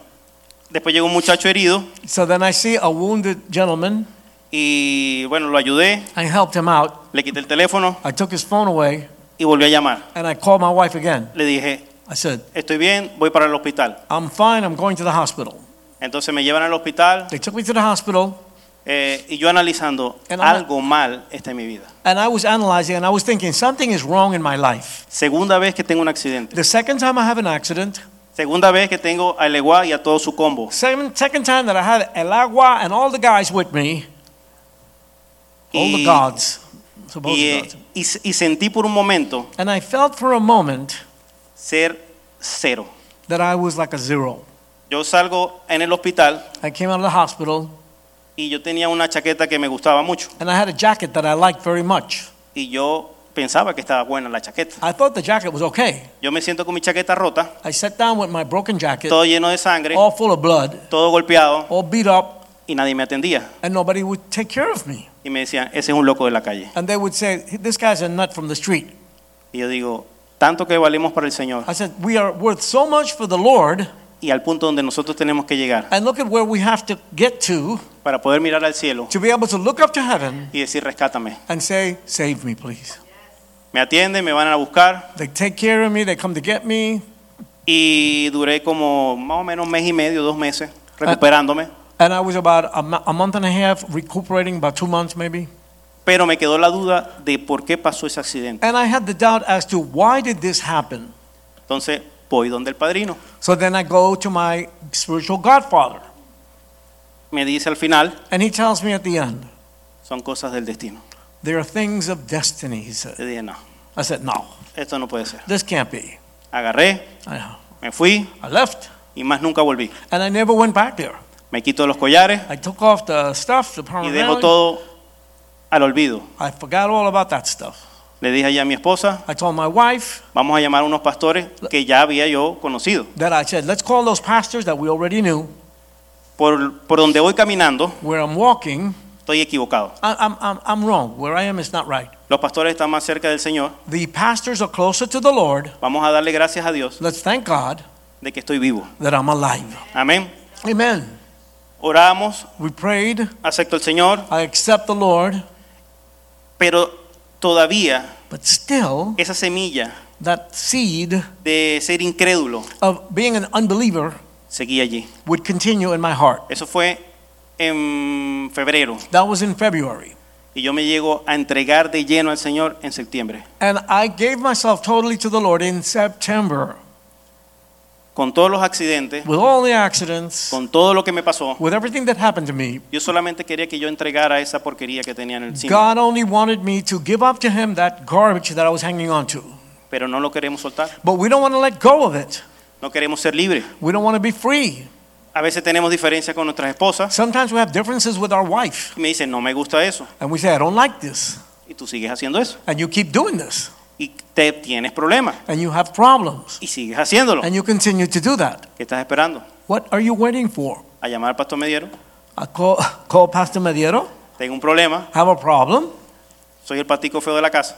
después llegó un muchacho herido
so then I see a wounded gentleman.
y bueno, lo ayudé,
I helped him out.
le quité el teléfono
I took his phone away
y volví a llamar.
and I called my wife again.
Le dije,
I said,
estoy bien, voy para el hospital.
I'm fine. I'm going to the hospital.
Entonces me llevan al hospital
They took me to the hospital
eh, y yo analizando,
And I'm-
algo mal está en mi vida.
and I was analyzing and I was thinking something is wrong in my life.
Segunda vez que tengo un accidente.
The second time I have an accident,
Segunda vez que tengo a Eleguá y a todo su combo.
Second, second time that I had El Agua and all the guys with me, all the
Y-
gods, supposed
Y, eh,
gods.
y, y sentí por un momento
And I felt for a moment
ser cero.
that I was like a zero.
Yo salgo en el hospital
I came out of the hospital
y yo tenía una chaqueta que me gustaba mucho
and I had a jacket that I liked very much.
y yo pensaba que estaba buena la chaqueta.
I thought the jacket was okay.
Yo me siento con mi chaqueta rota,
I sat down with my broken jacket,
todo lleno de sangre,
all full of blood,
todo golpeado
all beat up,
y nadie me atendía.
and nobody would take care of me.
Y me decían, ese es un loco de la calle.
And they would say, This guy's a nut from the street.
Y yo digo, tanto que valemos para el Señor
I said, We are worth so much for the Lord,
y al punto donde nosotros tenemos que llegar
and look at where we have to get to
para poder mirar al cielo
to be able to look up to heaven
y decir, rescátame.
and say, Save me, please.
Me atienden, me van a buscar
They take care of me, they come to get me.
y duré como más o menos un mes y medio, dos meses recuperándome,
And I was about a, mo- a month and a half recuperating, about two months maybe.
pero me quedó la duda de por qué pasó ese accidente.
And I had the doubt as to why did this happen.
Entonces voy donde el padrino.
So then I go to my spiritual godfather,
Me dice al final,
and he tells me at the end,
son cosas del destino.
There are things of destiny, he said.
Le dije, no,
I said, No,
esto no puede ser.
this can't be.
Agarré,
I,
me fui
I left,
y más nunca volví.
and I never went back there.
Me quito los collares
I took off the stuff, the
y dejo
paramedic.
todo al olvido.
I forgot all about that stuff.
Le dije allá a mi esposa,
I told my wife
vamos a llamar a unos pastores que ya había yo conocido.
that I said, Let's call those pastors that we already knew,
Por, por donde voy caminando,
where I'm walking.
estoy equivocado.
I- I'm, I'm, I'm wrong. Where I am is not right.
Los pastores están más cerca del Señor.
The pastors are closer to the Lord.
Vamos a darle gracias a Dios
Let's thank God
de que estoy vivo.
that I'm alive.
Amén.
Amen.
Oramos,
We prayed.
acepto al Señor,
I accept the Lord.
pero todavía
But still,
esa semilla
that seed
de ser incrédulo
of being an unbeliever
seguía allí.
would continue in my heart.
Eso fue en febrero
That was in February.
y yo me llego a entregar de lleno al Señor en septiembre.
And I gave myself totally to the Lord in September.
Con todos los accidentes,
With all the accidents,
con todo lo que me pasó,
with everything that happened to me,
yo solamente quería que yo entregara esa porquería que tenía en el cine,
God only wanted me to give up to Him that garbage that I was hanging on to.
pero no lo queremos soltar,
But we don't want to let go of it.
no queremos ser libres.
We don't want to be free.
A veces tenemos diferencias con nuestras esposas
Sometimes we have differences with our wife,
y me dicen, no me gusta eso,
and we say, I don't like this.
y tú sigues haciendo eso,
And you keep doing this,
y te tienes problemas,
and you have problems,
y sigues haciéndolo.
and you continue to do that.
¿Qué estás esperando?
What are you waiting for?
A llamar al pastor Mediero,
I call, <laughs> call Pastor Mediero,
tengo un problema,
have a problem.
soy el patico feo de la casa.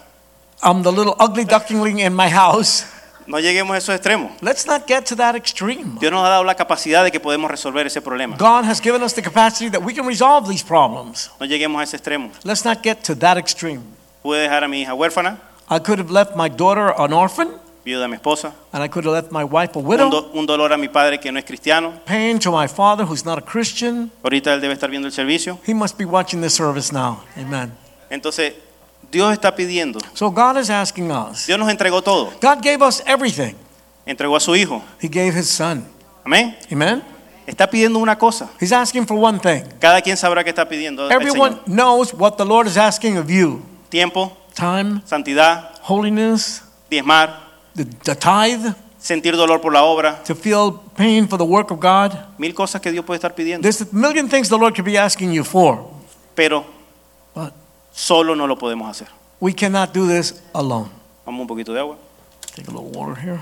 I'm the little ugly duckling in my house.
No lleguemos a esos extremos.
Let's not get to that extreme.
Dios nos ha dado la capacidad de que podemos resolver ese problema.
God has given us the capacity that we can resolve these problems.
No lleguemos a ese extremo.
Let's not get to that extreme.
Pude dejar a mi hija huérfana,
I could have left my daughter an orphan,
viuda a mi esposa,
and I could have left my wife a
un,
widow.
do- un dolor a mi padre que no es cristiano.
Pain to my father who's not a Christian.
Ahorita él debe estar viendo el servicio.
He must be watching this service now. Amen.
Entonces, Dios está pidiendo.
So God is asking us.
Dios nos entregó todo.
God gave us everything.
Entregó a su hijo.
He gave his son.
Amén.
Amen.
Está pidiendo una cosa.
He's asking for one thing.
Cada quien sabrá qué está pidiendo. el
Everyone
Señor.
knows what the Lord is asking of you
Tiempo,
time,
santidad,
holiness,
diezmar,
the, the tithe,
sentir dolor por la obra,
to feel pain for the work of God.
mil cosas que Dios puede estar pidiendo,
There's a million things the Lord could be asking you for,
pero
but
solo no lo podemos hacer.
we cannot do this alone.
Vamos un poquito de agua.
Take a little water here.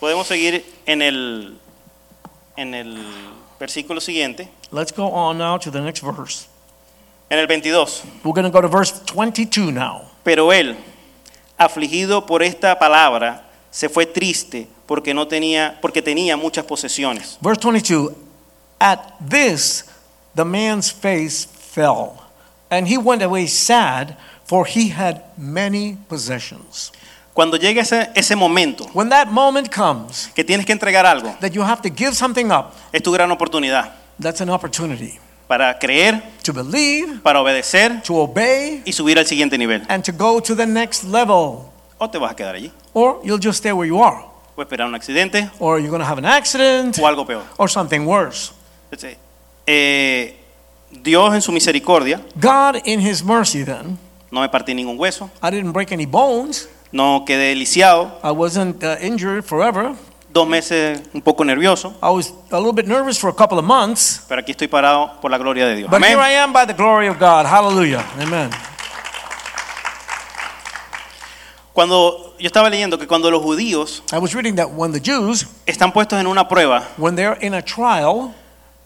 Podemos seguir en el en el versículo siguiente,
Let's go on now to the next verse.
en el 22.
We're going to go to verse 22 now.
Pero él, afligido por esta palabra, se fue triste porque no tenía porque tenía muchas posesiones.
Verse 22 At this, the man's face fell, and he went away sad, for he had many possessions.
Cuando llega ese, ese momento
When that moment comes
que tienes que entregar algo,
that you have to give something up,
es tu gran oportunidad
that's an opportunity
para creer,
to believe,
para obedecer
to obey,
y subir al siguiente nivel.
and to go to the next level.
O te vas a quedar allí,
Or you'll just stay where you are,
o esperar un accidente
or you're going to have an accident,
o algo peor.
or something worse.
Entonces, eh, Dios en su misericordia
God, in His mercy, then,
no me partí ningún hueso,
I didn't break any bones.
no quedé lisiado,
I wasn't uh, injured forever.
dos meses un poco nervioso,
I was a little bit nervous for a couple of months,
pero aquí estoy parado por la gloria de Dios.
but
Amén.
here I am by the glory of God. Hallelujah. Amen.
Cuando yo estaba leyendo que cuando los judíos
I was reading that when the Jews,
están puestos en una prueba,
when they're in a trial,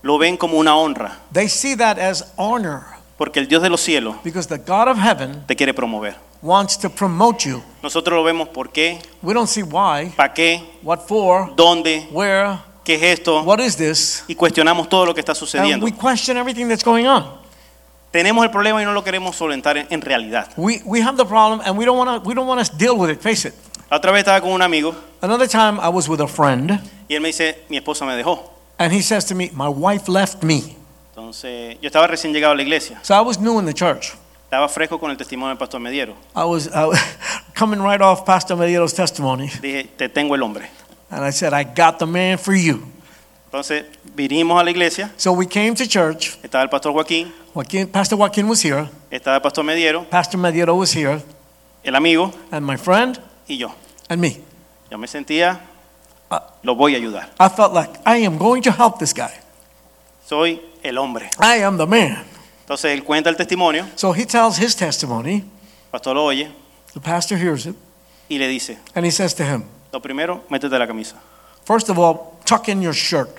lo ven como una honra,
they see that as honor
porque el Dios de los cielos
because the God of heaven
te quiere promover.
wants to promote you.
Nosotros lo vemos por qué,
We don't see why,
para qué,
what for,
dónde,
where,
qué es esto,
what is this,
y cuestionamos todo lo que está
and
sucediendo.
we question everything that's going on.
Tenemos el problema y no lo queremos solventar en, en realidad.
We, we have the problem and we don't want to we don't want to deal with it. Face it.
La otra vez estaba con un amigo
Another time I was with a friend
y él me dice, mi esposa me dejó.
and he says to me, "My wife left me."
Entonces, yo estaba recién llegado a la iglesia,
So I was new in the church.
estaba fresco con el testimonio del pastor Mediero.
I was <laughs> uh, coming right off Pastor Mediero's testimony,
Dije, te tengo el hombre.
and I said, I got the man for you.
Entonces, vinimos a la iglesia,
So we came to church.
estaba el pastor Joaquín,
Joaquin, Pastor Joaquin was here,
estaba el pastor Mediero,
Pastor Mediero was here,
el amigo
and my friend
y yo.
and me.
Yo me sentía,
Ah.
lo voy a ayudar.
I felt like I am going to help this guy.
Soy el hombre.
I am the man.
Entonces, él cuenta el testimonio,
So he tells his testimony.
el pastor lo oye
The pastor hears it,
y le dice,
and he says to him,
lo primero, métete la camisa.
First of all, tuck in your shirt.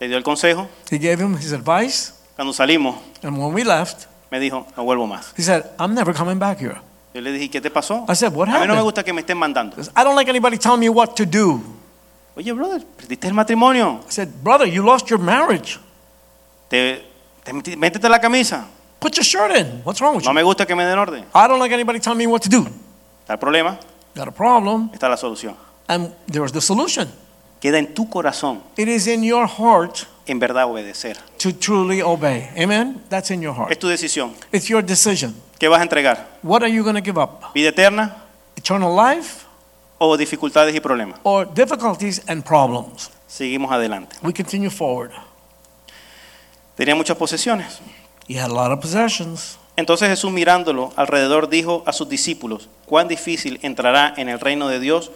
Le dio el consejo.
He gave him his advice,
Cuando salimos,
and when we left,
me dijo, no vuelvo más.
he said, I'm never coming back here.
Yo le dije, ¿qué te pasó?
I said, "What
a mí no me
happened?"
gusta que me estén mandando.
'Cause I don't like anybody telling me what to do.
Oye, brother, perdiste el matrimonio.
I said, Brother, you lost your marriage.
Te, te metí- métete la camisa.
Put your shirt in. What's wrong with
No
you?
me gusta que me den orden.
I don't like anybody telling me what to do.
Está el problema,
Got a problem,
está la solución.
and there's the solution.
Queda en tu corazón,
It is in your heart
en verdad, obedecer.
to truly obey. Amen? That's in your heart.
Es tu decisión.
It's your decision.
¿Qué vas a entregar?
What are you going to give up?
¿Vida eterna
Eternal life
o dificultades y problemas?
or difficulties and problems?
Seguimos adelante.
We continue forward.
Tenía muchas posesiones.
He had a lot of possessions.
Entonces Jesús mirándolo alrededor dijo a sus discípulos, cuán difícil entrará en el reino de Dios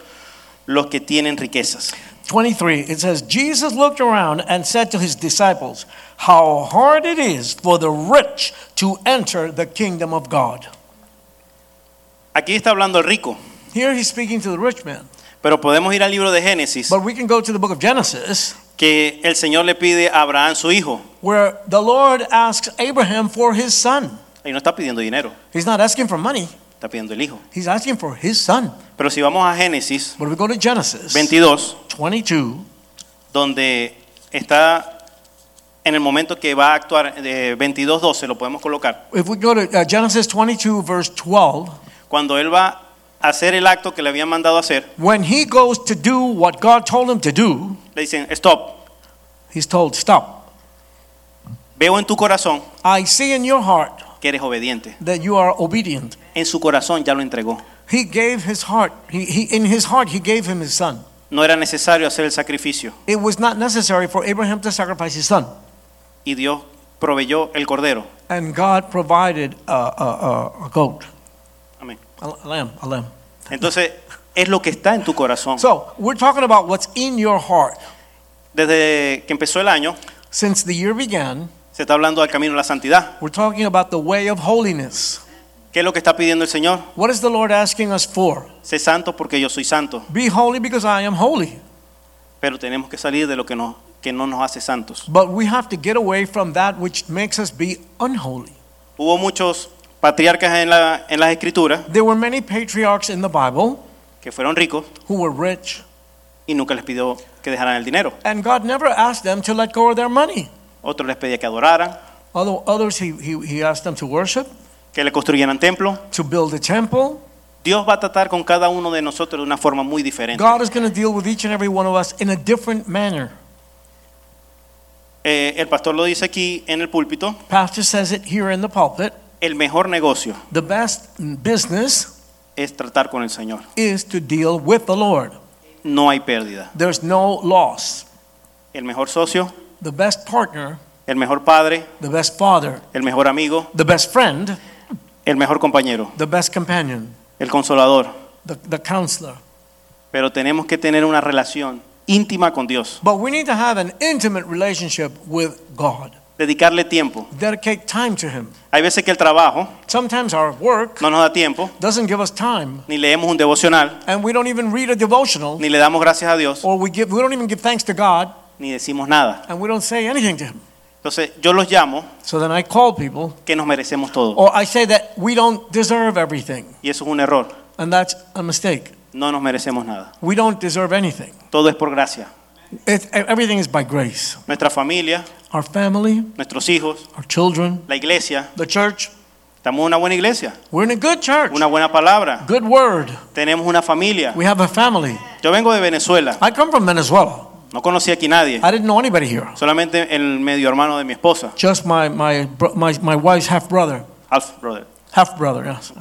los que tienen riquezas.
23, it says, Jesus looked around and said to his disciples, How hard it is for the rich to enter the kingdom of God.
Aquí está hablando el rico,
Here he's speaking to the rich man.
pero podemos ir al libro de Génesis,
But we can go to the book of Genesis,
que el Señor le pide a Abraham su hijo,
where the Lord asks Abraham for his son.
y no está pidiendo dinero,
He's not asking for money,
está pidiendo el hijo.
he's asking for his son.
Pero si vamos a Génesis
But we go to Genesis
22,
22,
donde está en el momento que va a actuar, de 22.12 lo podemos colocar,
if we go to uh, Genesis 22, verse 12,
cuando él va a hacer el acto que le habían mandado hacer,
when he goes to do what God told him to do,
le dicen, stop,
he's told, Stop.
veo en tu corazón
I see in your heart
que eres obediente.
that you are obedient.
En su corazón ya lo entregó.
He gave his heart, he, he, in his heart, he gave him his son.
no era necesario hacer el sacrificio
It was not necessary for Abraham to sacrifice his son.
y Dios proveyó el cordero.
And God provided a, a, a, a goat,
Amén.
a l- a lamb, a lamb.
Entonces, es lo que está en tu corazón.
So we're talking about what's in your heart.
Desde que empezó el año,
Since the year began,
se está hablando del camino de la santidad.
we're talking about the way of holiness.
¿Qué es lo que está pidiendo el Señor?
What is the Lord asking us for?
Sé santo porque yo soy santo.
Be holy because I am holy.
Pero tenemos que salir de lo que, no- que no nos hace santos.
But we have to get away from that which makes us be unholy.
Hubo muchos patriarcas en, la, en las escrituras
There were many patriarchs in the Bible
que fueron ricos
who were rich,
y nunca les pidió que dejaran el dinero.
and God never asked them to let go of their money.
Otros les pedía que adoraran,
Although others, he, he, he asked them to worship,
que le construyeran templo.
to build a temple.
Dios va a tratar con cada uno de nosotros de una forma muy diferente.
God is going to deal with each and every one of us in a different manner.
Eh, el pastor lo dice aquí en el púlpito,
Pastor says it here in the pulpit.
el mejor negocio
The best business
es tratar con el Señor.
is to deal with the Lord.
No hay pérdida.
There's no loss.
El mejor socio,
The best partner,
el mejor padre,
the best father,
el mejor amigo,
the best friend,
el mejor compañero,
the best companion,
el consolador.
the, the counselor.
Pero tenemos que tener una relación íntima con Dios,
But we need to have an intimate relationship with God.
dedicarle tiempo.
Dedicate time to Him.
Hay veces que el trabajo
Sometimes our work
no nos da tiempo,
doesn't give us time,
ni leemos un devocional,
and we don't even read a devotional,
ni le damos gracias a Dios,
or we give we don't even give thanks to God,
ni decimos nada.
and we don't say anything to Him.
Entonces yo los llamo
So then I call people,
que nos merecemos todo.
or I say that we don't deserve everything,
Y eso es un error.
and that's a mistake.
No nos merecemos nada.
We don't deserve anything.
Todo es por gracia.
It, everything is by grace.
Nuestra familia,
Our family,
nuestros hijos,
our children,
la iglesia.
the church.
Estamos en una buena iglesia,
We're in a good church.
una buena palabra.
Good word.
Tenemos una familia.
We have a family.
Yo vengo de Venezuela.
I come from Venezuela.
No conocí aquí nadie.
I didn't know anybody here.
Solamente el medio hermano de mi esposa,
Just my my bro- my, my wife's half brother,
Alf Brother.
half brother. Yes.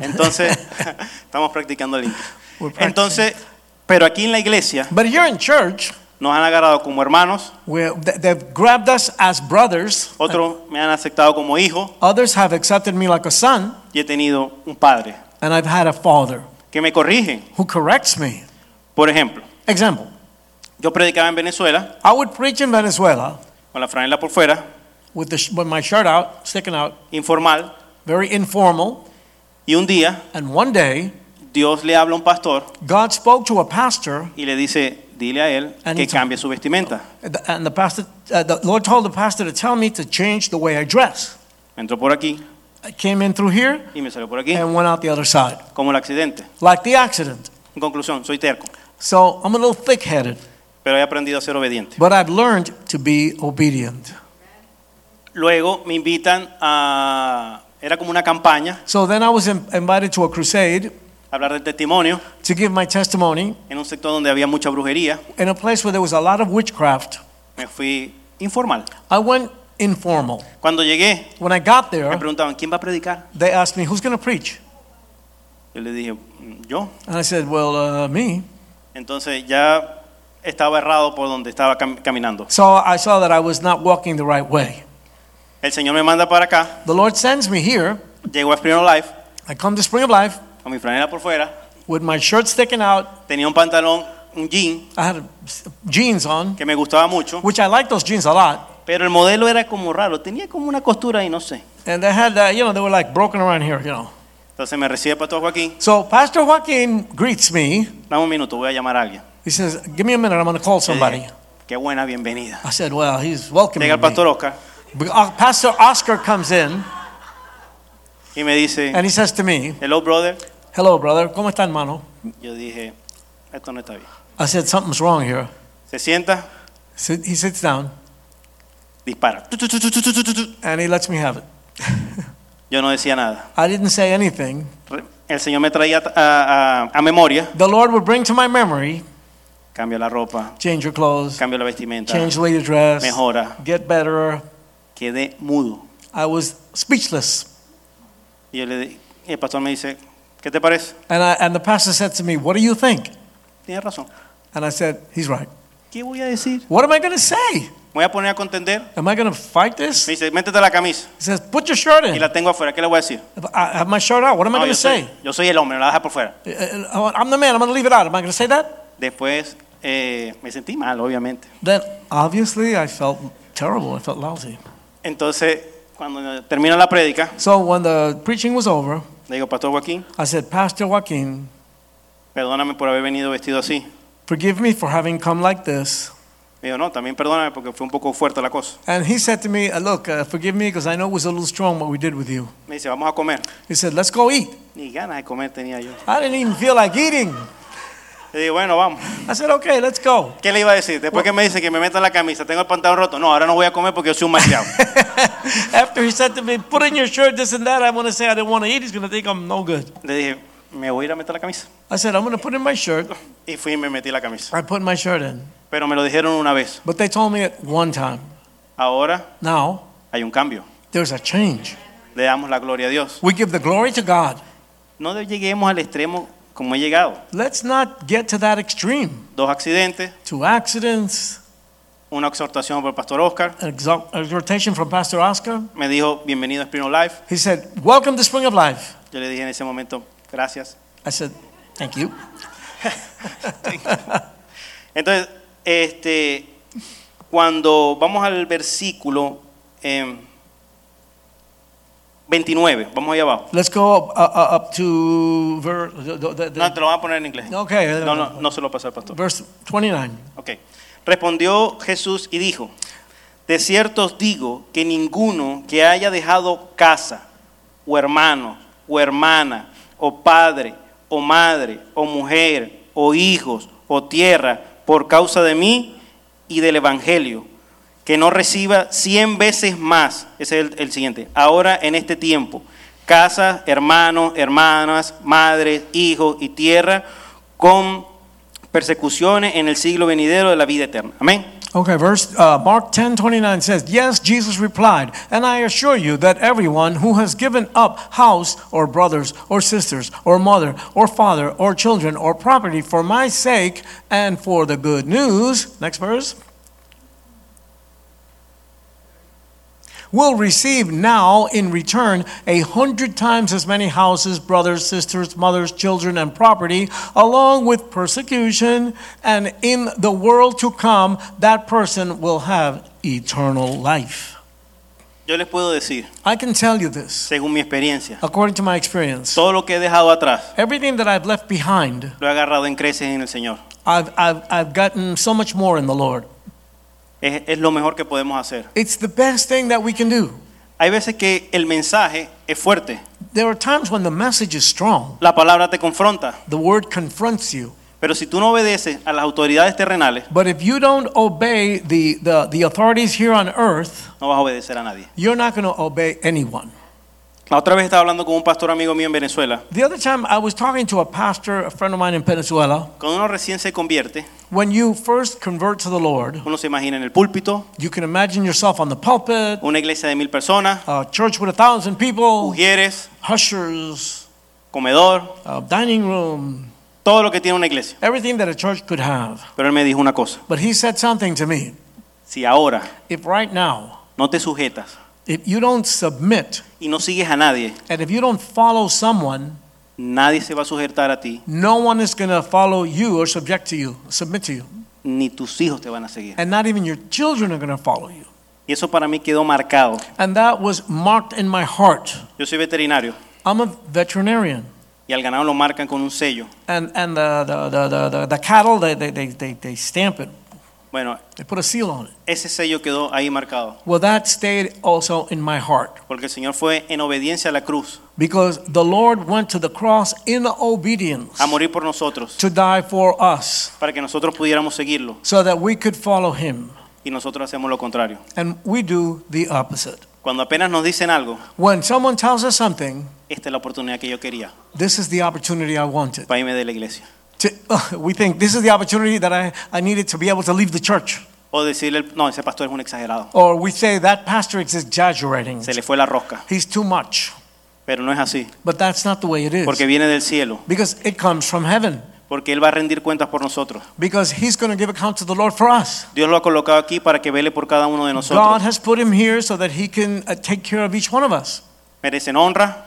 Entonces, <laughs> estamos practicando el inglés.
We're practicing.
Entonces, pero aquí en la iglesia
But here in church,
nos han agarrado como hermanos,
where th- they've grabbed us as brothers.
otros me han aceptado como hijo
Others have accepted me like a son,
y he tenido un padre
and I've had a father
que me corrigen.
who corrects me.
Por ejemplo,
Example:
yo predicaba en Venezuela
I would preach in Venezuela
con la franela por fuera,
with the sh- with my shirt out, sticking out,
informal,
very informal.
y un día
And one day,
Dios le habla a un pastor
God spoke to a pastor,
y le dice, dile a él
And
que
it's-
cambie su vestimenta.
and the pastor, uh, the Lord told the pastor to tell me to change the way I dress.
Me entró por aquí
I came in through here.
y me salió por aquí,
and went out the other side,
como el accidente.
like the accident.
En conclusión, soy terco,
So I'm a little thick headed,
pero he aprendido a ser obediente.
but I've learned to be obedient.
Luego me invitan a... Era como una campaña,
So then I was in- invited to a crusade
hablar del testimonio,
to give my testimony
en un sector donde había mucha brujería.
in a place where there was a lot of witchcraft.
Me fui informal.
I went informal.
Cuando llegué,
When I got
me
there,
preguntaban, ¿quién va a predicar?
they asked me, Who's going to preach?
Yo le dije, "Mm, yo.
And I said, Well, uh, me.
Entonces ya estaba errado por donde estaba cam- caminando.
So I saw that I was not walking the right way.
El Señor me manda para acá,
The Lord sends me here.
llego a Spring Life,
I come to Spring of Life
con mi franela por fuera,
with my shirt sticking out.
tenía un pantalón, un jean,
I had jeans on,
que me gustaba mucho,
which I like those jeans a lot.
pero el modelo era como raro, tenía como una costura y no sé.
And they had, uh, you know, they were like broken around here, you know.
Entonces me recibe Pastor Joaquín,
So Pastor Joaquin greets me.
dame un minuto, voy a llamar a alguien.
He says, "Give me a minute. I'm going to call
Le
somebody."
dije, Qué buena bienvenida.
I said, "Well, he's welcoming
Llega el Pastor Oscar
me." But, uh, Pastor Oscar comes in
y me dice,
and he says to me,
hello brother.
"Hello, brother. ¿Cómo está, hermano?"
Yo dije, esto no está bien.
I said, "Something's wrong here."
Se sienta,
Sit- He sits down
dispara. Tu, tu, tu, tu, tu, tu, tu, tu.
and he lets me have it.
Yo no decía nada.
I didn't say anything.
Re- El Señor me traía a, a- a memoria.
The Lord would bring to my memory,
Cambio la ropa,
change your clothes,
cambio la vestimenta,
change the way you dress,
mejora.
get better.
Quedé mudo.
I was speechless,
Y, yo le, di- y el pastor me dice, ¿qué te parece?
and I, and the pastor said to me, "What do you think?"
Tienes razón.
And I said, He's right.
¿Qué voy a decir?
What am I going to say?
¿Me voy a poner a contender?
Am I going to fight this?
Me
He
dice, métete la camisa.
says, Put your shirt
Y
in.
la tengo afuera. ¿Qué le voy a decir?
I have my shirt out. What am I
No,
going to
yo, soy,
say?
yo soy el hombre, me la deja por fuera.
Uh, uh, I'm the man. I'm going to leave it out. Am I going to say that?
Después eh, me sentí mal, obviamente.
Then obviously I felt terrible. I felt lousy.
Entonces, cuando termina la prédica,
So when the preaching was over,
le digo, Pastor Joaquín,
I said, Pastor Joaquin,
perdóname por haber venido vestido así.
forgive me for having come like this.
Me dijo, no, también perdóname porque fue un poco fuerte la cosa.
And he said to me, uh, Look, uh, forgive me because I know it was a little strong what we did with you.
Me dice, vamos a comer.
He said, Let's go eat.
Ni ganas de comer tenía yo.
I didn't even feel like eating.
Le digo, bueno, vamos.
I said, Okay, let's go. <laughs>
¿Qué le iba a decir? Después que me dice que me meta la camisa, tengo el pantalón roto. No, ahora no voy a comer porque yo soy un malcriado.
After he said to me, Put in your shirt, this and that, I want to say I didn't want to eat. He's going to think I'm no good.
le dije, me voy a ir a meter la camisa.
I said, I'm going to put in my shirt.
Y fui y me metí la camisa.
I put my shirt in.
Pero me lo dijeron una vez.
But they told me it one time.
Ahora
Now,
hay un cambio.
there's a change.
Le damos la gloria a Dios.
We give the glory to God.
No lleguemos al extremo como he llegado.
Let's not get to that extreme.
Dos accidentes,
To accidents,
una exhortación por el pastor Oscar.
an exalt- exhortation from Pastor Oscar.
Me dijo, bienvenido a Spring of Life.
He said, Welcome to Spring of Life.
Yo le dije en ese momento, gracias.
I said, Thank you.
Entonces, este, cuando vamos al versículo eh, 29, vamos ahí abajo.
Let's go up, uh, uh, up to ver, the, the- the-
No, te lo voy a poner en inglés.
Ok.
No, no, no se lo pasa al pastor.
verse 29.
Ok. Respondió Jesús y dijo, de cierto os digo que ninguno que haya dejado casa, o hermano, o hermana, o padre, o madre, o mujer, o hijos, o tierra, por causa de mí y del Evangelio, que no reciba cien veces más, ese es el, el siguiente, ahora en este tiempo, casas, hermanos, hermanas, madres, hijos y tierra, con persecuciones en el siglo venidero de la vida eterna. Amén.
Okay, verse uh, Mark 10 29 says, Yes, Jesus replied, and I assure you that everyone who has given up house or brothers or sisters or mother or father or children or property for my sake and for the good news, next verse, will receive now in return a hundred times as many houses, brothers, sisters, mothers, children, and property, along with persecution. And in the world to come, that person will have eternal life.
Yo les puedo decir,
I can tell you this,
según mi experiencia,
according to my experience.
todo lo que he dejado atrás
Everything that I've left behind,
lo he agarrado en creces en el Señor.
I've, I've, I've gotten so much more in the Lord.
Es, es lo mejor que podemos hacer.
It's the best thing that we can do.
Hay veces que el mensaje es fuerte,
There are times when the message is strong,
la palabra te confronta,
the word confronts you.
pero si tú no obedeces a las autoridades terrenales,
But if you don't obey the, the, the authorities here on earth,
no vas a obedecer a nadie.
you're not going to obey anyone.
La otra vez estaba hablando con un pastor amigo mío en Venezuela.
The other time I was talking to a pastor, a friend of mine in Venezuela.
Cuando uno recién se convierte,
When you first convert to the Lord,
uno se imagina en el púlpito,
you can imagine yourself on the pulpit,
una iglesia de mil personas,
a church with a thousand people,
mujeres,
hushers,
comedor,
a dining room,
todo lo que tiene una iglesia.
everything that a church could have.
Pero él me dijo una cosa,
But he said something to me.
si ahora
If right now,
no te sujetas
if you don't submit
y no sigues a nadie,
and if you don't follow someone,
nadie se va a sujetar a ti,
no one is going to follow you or subject to you, submit to you.
ni tus hijos te van a seguir.
and not even your children are going to follow you.
Y eso para mí quedó marcado.
And that was marked in my heart.
Yo soy veterinario
I'm a veterinarian,
y al ganado lo marcan con un sello.
and and the the the, the, the, the cattle they, they they they they stamp it.
Bueno,
They put a seal on it.
ese sello quedó ahí marcado,
Well, that stayed also in my heart
porque el Señor fue en obediencia a la cruz,
because the Lord went to the cross in obedience
a morir por nosotros,
to die for us,
para que nosotros pudiéramos seguirlo,
so that we could follow Him.
y nosotros hacemos lo contrario.
And we do the opposite.
Cuando apenas nos dicen algo,
When someone tells us something,
esta es la oportunidad que yo quería,
this is the opportunity I wanted.
para irme de la iglesia.
To, <laughs> we think this is the opportunity that I, I needed to be able to leave the church.
O decirle, no, ese pastor es un exagerado,
Or we say that pastor is exaggerating.
se le fue la rosca,
He's too much.
pero no es así,
But that's not the way it is.
porque viene del cielo,
Because it comes from heaven.
porque Él va a rendir cuentas por nosotros.
because he's going to give account to the Lord for us.
Dios lo ha colocado aquí para que vele por cada uno de
God
nosotros.
has put him here so that he can uh, take care of each one of us.
Merecen honra,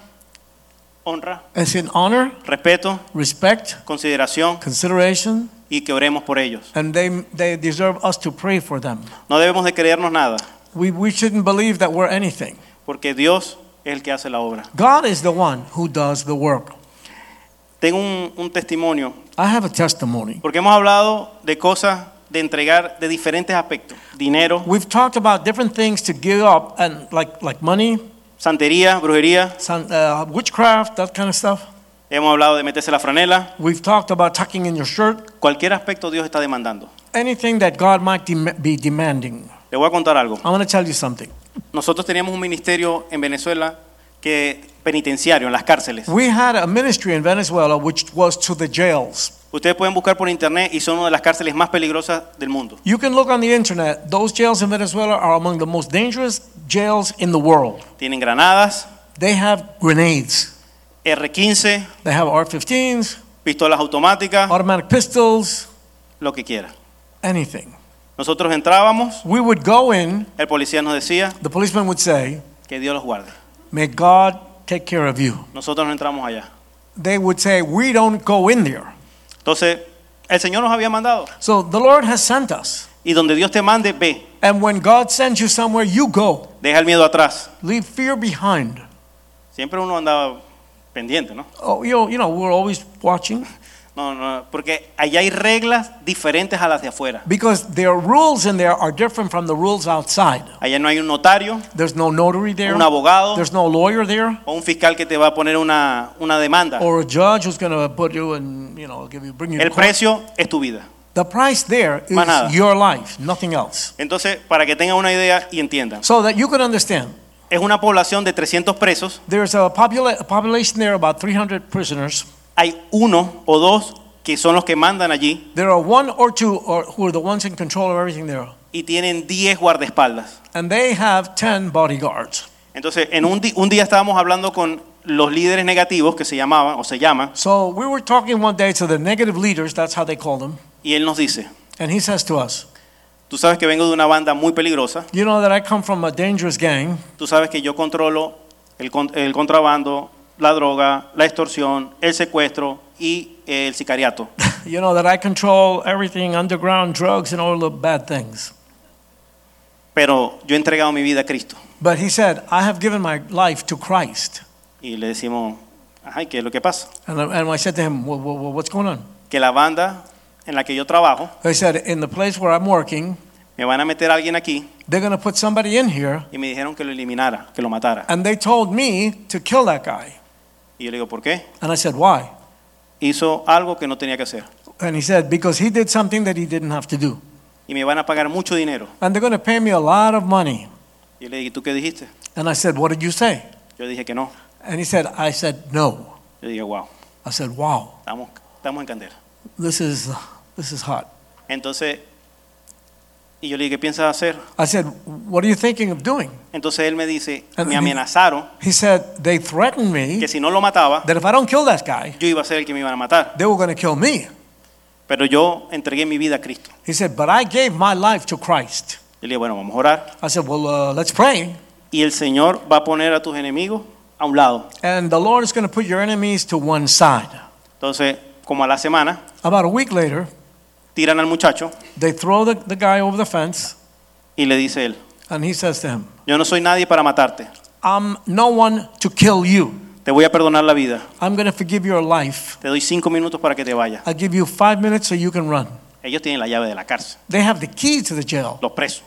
honra,
It's in honor,
respeto,
respect,
consideración
consideration,
y que oremos por ellos.
and they, they deserve us to pray for them.
No debemos de creernos nada,
We, we shouldn't believe that we're anything.
porque Dios es el que hace la obra.
God is the one who does the work.
Tengo un, un testimonio,
I have a testimony.
porque hemos hablado de cosas de entregar de diferentes aspectos. Dinero,
We've talked about different things to give up, and like, like money,
santería, brujería.
san- uh, witchcraft, that kind of stuff.
Hemos hablado de meterse la franela.
We've talked about tucking in your shirt,
Cualquier aspecto Dios está demandando.
anything that God might dem- be demanding.
Le voy a contar algo.
I want to tell you something.
Nosotros teníamos un ministerio en Venezuela que penitenciario, en las cárceles.
We had a ministry in Venezuela which was to the jails.
Ustedes pueden buscar por internet y son una de las cárceles más peligrosas del mundo.
You can look on the internet. Those jails in Venezuela are among the most dangerous jails in the world.
Tienen granadas,
They have grenades.
R15,
They have R15s,
pistolas automáticas,
automatic pistols,
lo que quiera.
anything.
Nosotros entrábamos,
We would go in,
el policía nos decía
the policeman would say,
que Dios los guarde.
May God take care of you.
Nosotros no entramos allá.
They would say, We don't go in there.
Entonces, el Señor nos había mandado.
So the Lord has sent us.
Y donde Dios te mande, ve.
And when God sends you somewhere, you go.
Deja el miedo atrás.
Leave fear behind.
Siempre uno andaba pendiente, ¿no?
Oh, you know, you know we're always watching
No, no, porque allá hay reglas diferentes a las de afuera.
because their rules in there are different from the rules outside.
Allá no hay un notario
There's no notary there.
Un abogado.
There's no lawyer there
o un fiscal que te va a poner una, una demanda.
or a judge who's going to put you and you know give you bring you to
El
court.
precio es tu vida.
The price there
Más nada.
is your life, nothing else.
Entonces, para que tengan una idea y entiendan,
So that you can understand,
es una población de 300 presos,
there's a, popula- a population there about 300 prisoners.
hay uno o dos que son los que mandan allí
There are one or two or, who are the ones in control of everything there,
y tienen 10 guardaespaldas.
and they have 10 bodyguards.
Entonces, en un, di- un día estábamos hablando con los líderes negativos que se llamaban o se llaman
So we were talking one day to the negative leaders, that's how they call them,
y él nos dice,
and he says to us,
tú sabes que vengo de una banda muy peligrosa,
You know that I come from a dangerous gang.
tú sabes que yo controlo el, con- el contrabando, la droga, la extorsión, el secuestro y eh, el sicariato.
You know that I control everything underground, drugs, and all the bad things.
Pero yo he entregado mi vida a Cristo.
But he said, I have given my life to Christ.
Y le decimos, ay, ¿qué es lo que pasa?
And I, and I said to him, well, well, well, What's going on?
Que la banda en la que yo trabajo,
He said, In the place where I'm working,
me van a meter a alguien aquí
they're going to put somebody in here,
y me dijeron que lo eliminara, que lo matara.
and they told me to kill that guy.
Y yo le digo, ¿por qué?
And I said, Why?
Hizo algo que no tenía que hacer.
And he said, Because he did something that he didn't have to do.
Y me van a pagar mucho dinero.
And they're going to pay me a lot of money.
Y yo le dije, ¿tú qué dijiste?
And I said, What did you say?
Yo dije que no.
And he said, I said, No.
Yo dije, wow,
I said, Wow,
estamos, estamos en candela.
this is, this is hot.
Entonces, y yo le dije, ¿qué piensas hacer?
I said, What are you thinking of doing?
Entonces él me dice,
And
me
he-
amenazaron
He said, They threatened me
que si no lo mataba,
that if I don't kill that guy,
yo iba a ser el que me iban a matar.
they were going to kill me.
Pero yo entregué mi vida a Cristo.
He said, But I gave my life to Christ.
Yo le dije, bueno, vamos a orar.
I said, Well, uh, let's pray.
y el Señor va a poner a tus enemigos a un lado.
And the Lord is going to put your enemies to one side.
Entonces, como a la semana,
About a week later,
tiran al muchacho
they throw the, the guy over the fence,
y le dice él,
and he says to him,
yo no soy nadie para matarte,
I'm no one to kill you.
te voy a perdonar la vida,
I'm going to forgive your life.
te doy cinco minutos para que te vayas.
I'll give you five minutes so you can run.
Ellos tienen la llave de la cárcel,
They have the key to the jail.
los presos.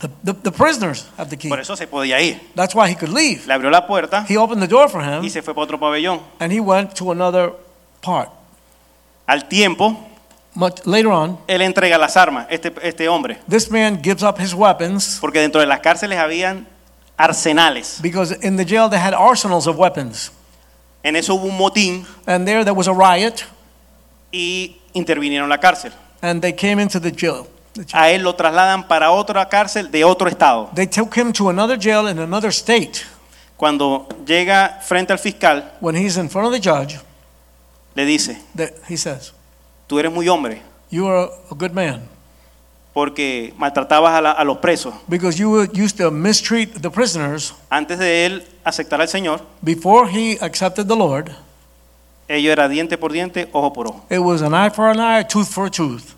The, the, the prisoners have the key.
Por eso se podía ir.
That's why he could leave.
Le abrió la puerta
He opened the door for him
y se fue para otro pabellón.
and he went to another part.
Al tiempo,
Much later on,
él entrega las armas, este, este hombre,
this man gives up his weapons
porque dentro de las cárceles habían arsenales.
because in the jail they had arsenals of weapons.
En eso hubo un motín
And there there was a riot
y intervinieron la cárcel.
and they came into the jail. The jail.
A él lo trasladan para otra cárcel de otro estado.
They took him to another jail in another state.
Cuando llega frente al fiscal,
When he's in front of the judge,
le dice,
that he says,
tú eres muy hombre
You are a good man
porque maltratabas a, la- a los presos.
because you would- used to mistreat the prisoners.
Antes de él aceptar al Señor,
Before he accepted the Lord,
ello era diente por diente, ojo por ojo.
it was an eye for an eye, tooth for a tooth.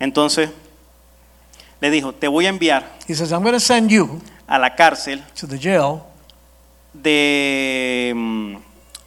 Entonces, le dijo, te voy a enviar
He says, I'm going to send you
a la cárcel
to the jail
de mm,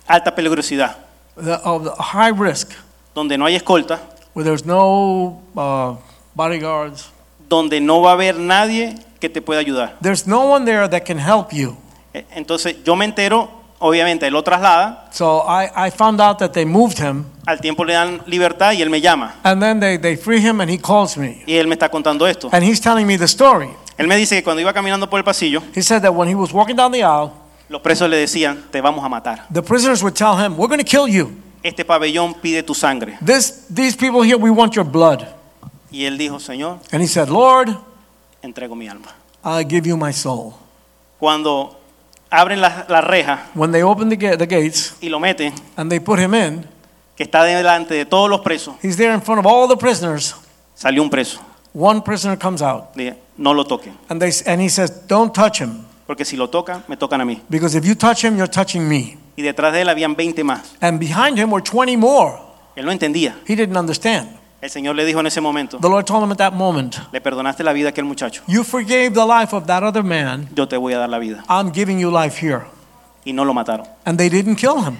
alta peligrosidad,
the- of the high risk,
donde no hay escolta,
where there's no uh, bodyguards.
donde no va a haber nadie que te pueda ayudar.
There's no one there that can help you.
E- Entonces, yo me entero, obviamente, él lo traslada,
So I, I found out that they moved him,
al tiempo le dan libertad y él me llama.
and then they, they free him, and he calls me.
Y él me está contando esto.
And he's telling me the story.
Él me dice que cuando iba caminando por el pasillo,
He said that when he was walking down the aisle,
los presos le decían, te vamos a matar.
the prisoners would tell him, We're going to kill you.
Este pabellón pide tu sangre.
This, these people here, we want your blood.
Y él dijo, Señor,
And he said, Lord,
entrego mi alma.
I give you my soul.
Cuando abren la, la reja
When they opened the, ga- the gates
y lo meten,
and they put him in,
que está delante de todos los presos,
he's there in front of all the prisoners.
salió un preso.
One prisoner comes out,
Dije, no lo toquen,
and, they, s- and he says, Don't touch him,
porque si lo tocan, me tocan a mí.
because if you touch him, you're touching me.
Y detrás de él habían 20 más.
And behind him were 20 more.
Él no entendía.
He didn't understand.
El Señor le dijo en ese momento,
The Lord told him at that moment,
le perdonaste la vida a aquel muchacho,
You forgave the life of that other man.
yo te voy a dar la vida.
I'm giving you life here.
Y no lo mataron.
And they didn't kill him.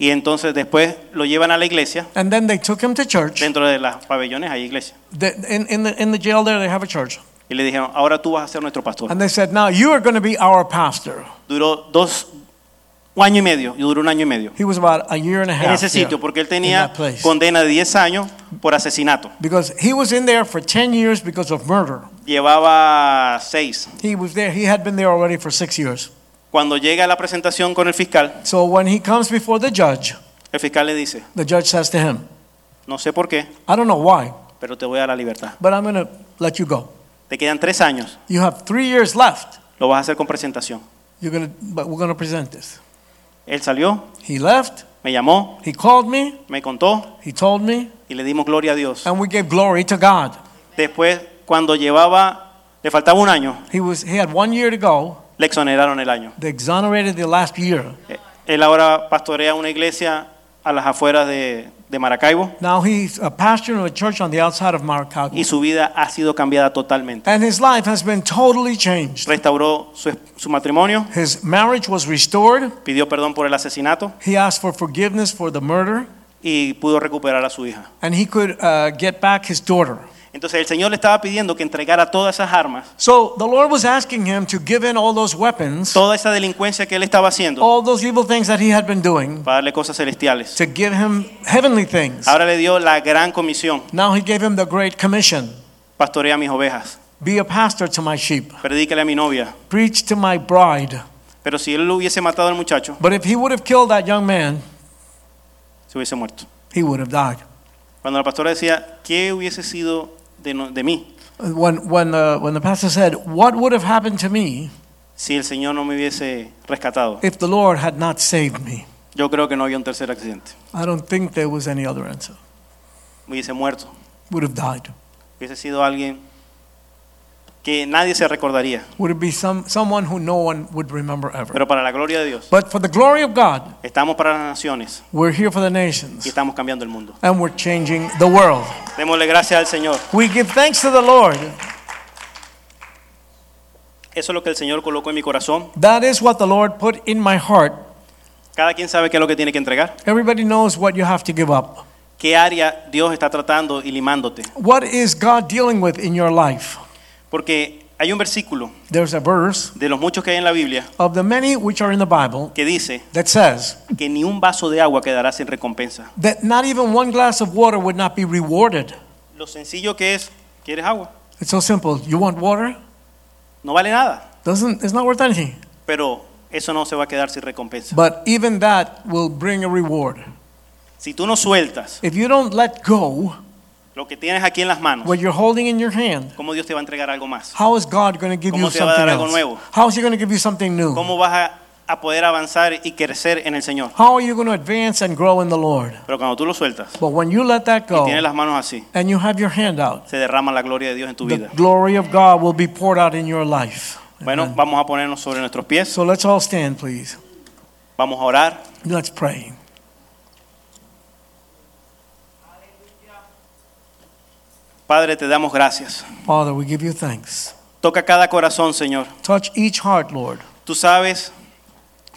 Y entonces después lo llevan a la iglesia.
And then they took him to church.
Dentro de los pabellones hay iglesia.
The- in, in, the, in the jail there, they have a church.
Y le dijeron, ahora tú vas a ser nuestro pastor.
And they said, Now you are going to be our pastor.
Duró dos, un año y medio. Y duró un año y medio.
He was about a year and a half.
en ese
there,
sitio porque él
in
tenía
that place.
condena de 10 años por asesinato.
Because he was in there for 10 years because of murder.
Llevaba 6.
He was there, he had been there already for six years.
Cuando llega a la presentación con el fiscal,
So when he comes before the judge,
el fiscal le dice,
the judge says to him,
no sé por qué,
I don't know why,
pero te voy a dar la libertad.
but I'm going to let you go.
Te quedan 3 años,
You have three years left.
lo vas a hacer con presentación.
You're gonna, but we're gonna present this.
Él salió,
He left.
me llamó,
He called me.
me contó
He told me,
y le dimos gloria a Dios.
and we gave glory to God.
Después, cuando llevaba, le faltaba un año,
He was. He had one year to go.
le exoneraron el año.
They exonerated the last year.
Eh, Él ahora pastorea una iglesia a las afueras de, de Maracaibo
Now he's a pastor of a church on the outside of Maracaibo,
y su vida ha sido cambiada totalmente.
and his life has been totally changed.
restauró su, su matrimonio,
His marriage was restored.
pidió perdón por el asesinato
He asked for forgiveness for the murder,
y pudo recuperar a su hija.
and he could uh, get back his daughter.
Entonces el Señor le estaba pidiendo que entregara todas esas armas,
So the Lord was asking him to give in all those weapons,
toda esa delincuencia que él estaba haciendo
all those evil things that he had been doing,
para darle cosas celestiales.
to give him heavenly things.
Ahora le dio la gran comisión,
Now he gave him the great commission
pastorea mis ovejas,
be a pastor to my sheep,
predícale a mi novia.
preach to my bride.
Pero si él lo hubiese matado al muchacho,
But if he would have killed that young man,
se hubiese muerto.
he would have died.
Cuando la pastora decía, ¿qué hubiese sido de, no- de mí
When, when, uh, when the pastor said, What would have happened to me
si el Señor no me hubiese rescatado?
if the Lord had not saved me?
Yo creo que no había un tercer accidente.
I don't think there was any other answer.
Me hubiese muerto.
Would have died.
hubiese sido alguien que nadie se recordaría,
Would it be some, someone who no one would remember ever?
pero para la gloria de Dios.
But for the glory of God,
Estamos para las naciones
we're here for the
y
nations
estamos cambiando el mundo.
and we're changing the world.
Démosle gracias al Señor.
We give thanks to the Lord.
Eso es lo que el Señor colocó en mi corazón.
That is what the Lord put in my heart
Cada quien sabe qué es lo que tiene que entregar,
Everybody knows what you have to give up.
qué área Dios está tratando y limándote.
What is God dealing with in your life?
Porque hay un versículo
There's a verse
de los muchos que hay en la Biblia
of the many which are in the Bible
que dice
that says
que ni un vaso de agua quedará sin recompensa.
that not even one glass of water would not be rewarded.
Lo sencillo que es, ¿quieres agua?
It's so simple. You want water?
No vale nada,
Doesn't it's not worth anything.
pero eso no se va a quedar sin recompensa.
But even that will bring a reward.
Si tú no sueltas
If you don't let go
lo que tienes aquí en las manos,
what you're holding in your hand,
¿Cómo Dios te va a entregar algo más?
how is God going to give you
¿Cómo te va a
something
dar algo nuevo?
else? How is he going to give you something new?
¿Cómo vas a a poder avanzar y crecer en el Señor.
How are you going to advance and grow in the Lord?
Pero cuando tú lo sueltas
But when you let that
y
go
tienes las manos así,
and you have your hand out,
se derrama la gloria de Dios en tu
the
vida.
glory of God will be poured out in your life.
Bueno, vamos a ponernos sobre nuestros pies,
So let's all stand, please.
vamos a orar.
Let's pray.
Padre, te damos gracias.
Father, we give you thanks.
Toca cada corazón, Señor.
Touch each heart, Lord.
Tú sabes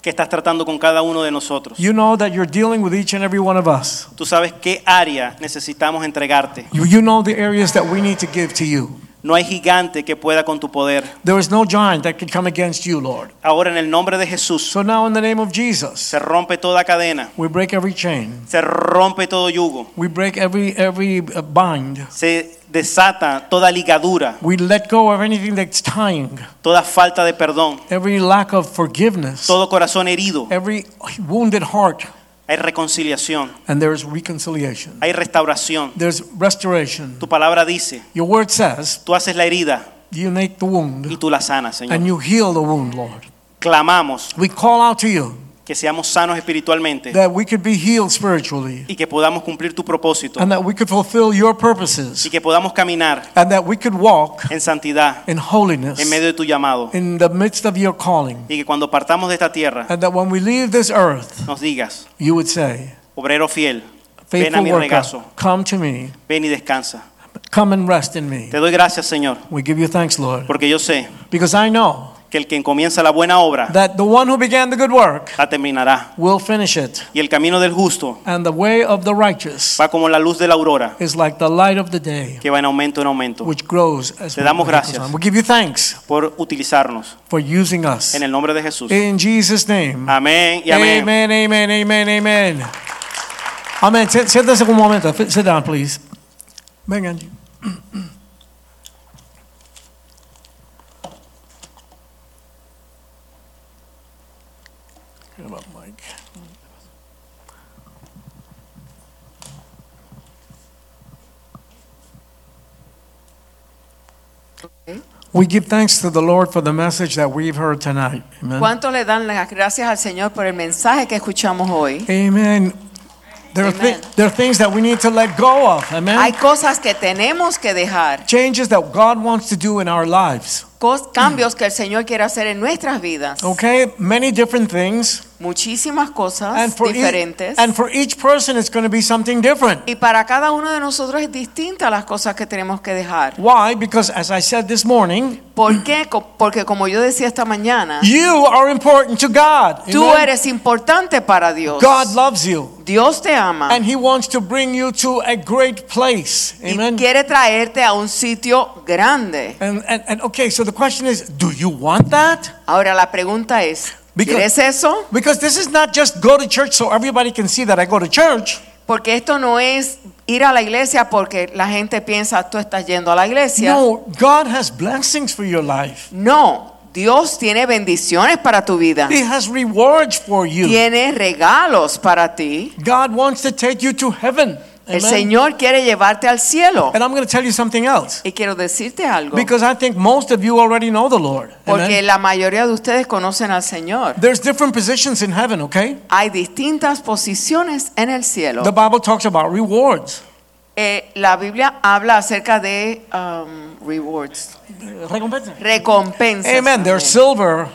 que estás tratando con cada uno de nosotros.
You know that you're dealing with each and every one of us.
Tú sabes qué área necesitamos entregarte.
You, you know the areas that we need to give to you.
No hay gigante que pueda con tu poder.
There is no giant that could come against you, Lord.
Ahora en el nombre de Jesús
So now, in the name of Jesus,
se rompe toda cadena,
we break every chain,
se rompe todo yugo,
we break every every uh, bind,
se desata toda ligadura,
we let go of anything that's tying,
toda falta de perdón,
every lack of forgiveness,
todo corazón herido.
every wounded heart,
Hay reconciliación,
and there is reconciliation.
hay restauración.
There's restoration.
Tu palabra dice,
Your word says
tú haces la herida
you make the
y
wound
tú la sanas,
and
Señor.
you heal the wound, Lord.
Clamamos
We call out to you
que seamos sanos espiritualmente
that we could be healed spiritually
y que podamos cumplir tu propósito
and that we could fulfill your purposes
y que podamos caminar
and that we could walk
en santidad
in holiness
en medio de tu llamado
in the midst of your calling.
y que cuando partamos de esta tierra
And that when we leave this earth,
nos digas,
you would say,
obrero fiel, ven a
Faithful
mi
worker,
regazo,
come to me,
ven y descansa.
come and rest in me.
Te doy gracias, Señor,
We give you thanks, Lord,
porque yo sé
because I know
que el que comienza la buena obra
that the one who began the good work
la terminará
will finish it.
y el camino del justo
And the way of the righteous
va como la luz de la aurora
is like the light of the day,
que va en aumento en aumento
which grows as
Te damos
we goes
gracias.
on. We give you thanks
por utilizarnos
for using us.
en el nombre de Jesús.
In Jesus' name.
Amén y amén.
Eh, Amen, amen, amen, amen. Amen. Sit- Siéntese un momento. F- Sit down, please. Vengan. Get him up, Mike. We give thanks to the Lord for the message that we've heard tonight. Amen.
¿Cuánto le dan las gracias al Señor por el mensaje que escuchamos hoy?
Amen. There are,
Amen.
thi- there are things that we need to let go of. Amen.
Hay cosas que tenemos que dejar,
Changes that God wants to do in our lives.
cos- cambios que el Señor quiere hacer en nuestras vidas.
Okay? Many different things.
Muchísimas
And
cosas
for, ea-
diferentes.
and for each person, it's going to be something different.
y para cada uno de nosotros es distinta las cosas que tenemos que dejar.
Why? Because as I said this morning,
¿Por qué? Co- Porque como yo decía esta mañana,
you are important to God.
tú
Amen?
eres Uh-huh. importante para Dios.
God loves you.
Dios te ama
And He wants to bring you to a great place.
y
Amen.
quiere traerte a un sitio grande.
And, and, and okay, so the question is do you want that?
Ahora la pregunta es,
Because-
¿quieres eso?
Because this is not just go to church so everybody can see that I go to church.
Porque esto no es ir a la iglesia porque la gente piensa tú estás yendo a la iglesia.
No, God has blessings for your life.
No, Dios tiene bendiciones para tu vida.
He has rewards for you.
Tiene regalos para ti.
God wants to take you to heaven.
El
Amen.
Señor quiere llevarte al cielo.
And I'm going to tell you something else
Y quiero decirte algo.
because I think most of you already know the Lord.
Porque
Amen.
la mayoría de ustedes conocen al Señor.
There's different positions in heaven, okay?
Hay distintas posiciones en el cielo.
The Bible talks about rewards.
Eh, la Biblia habla acerca de um, rewards,
Amen.
recompensas. también.
There's silver,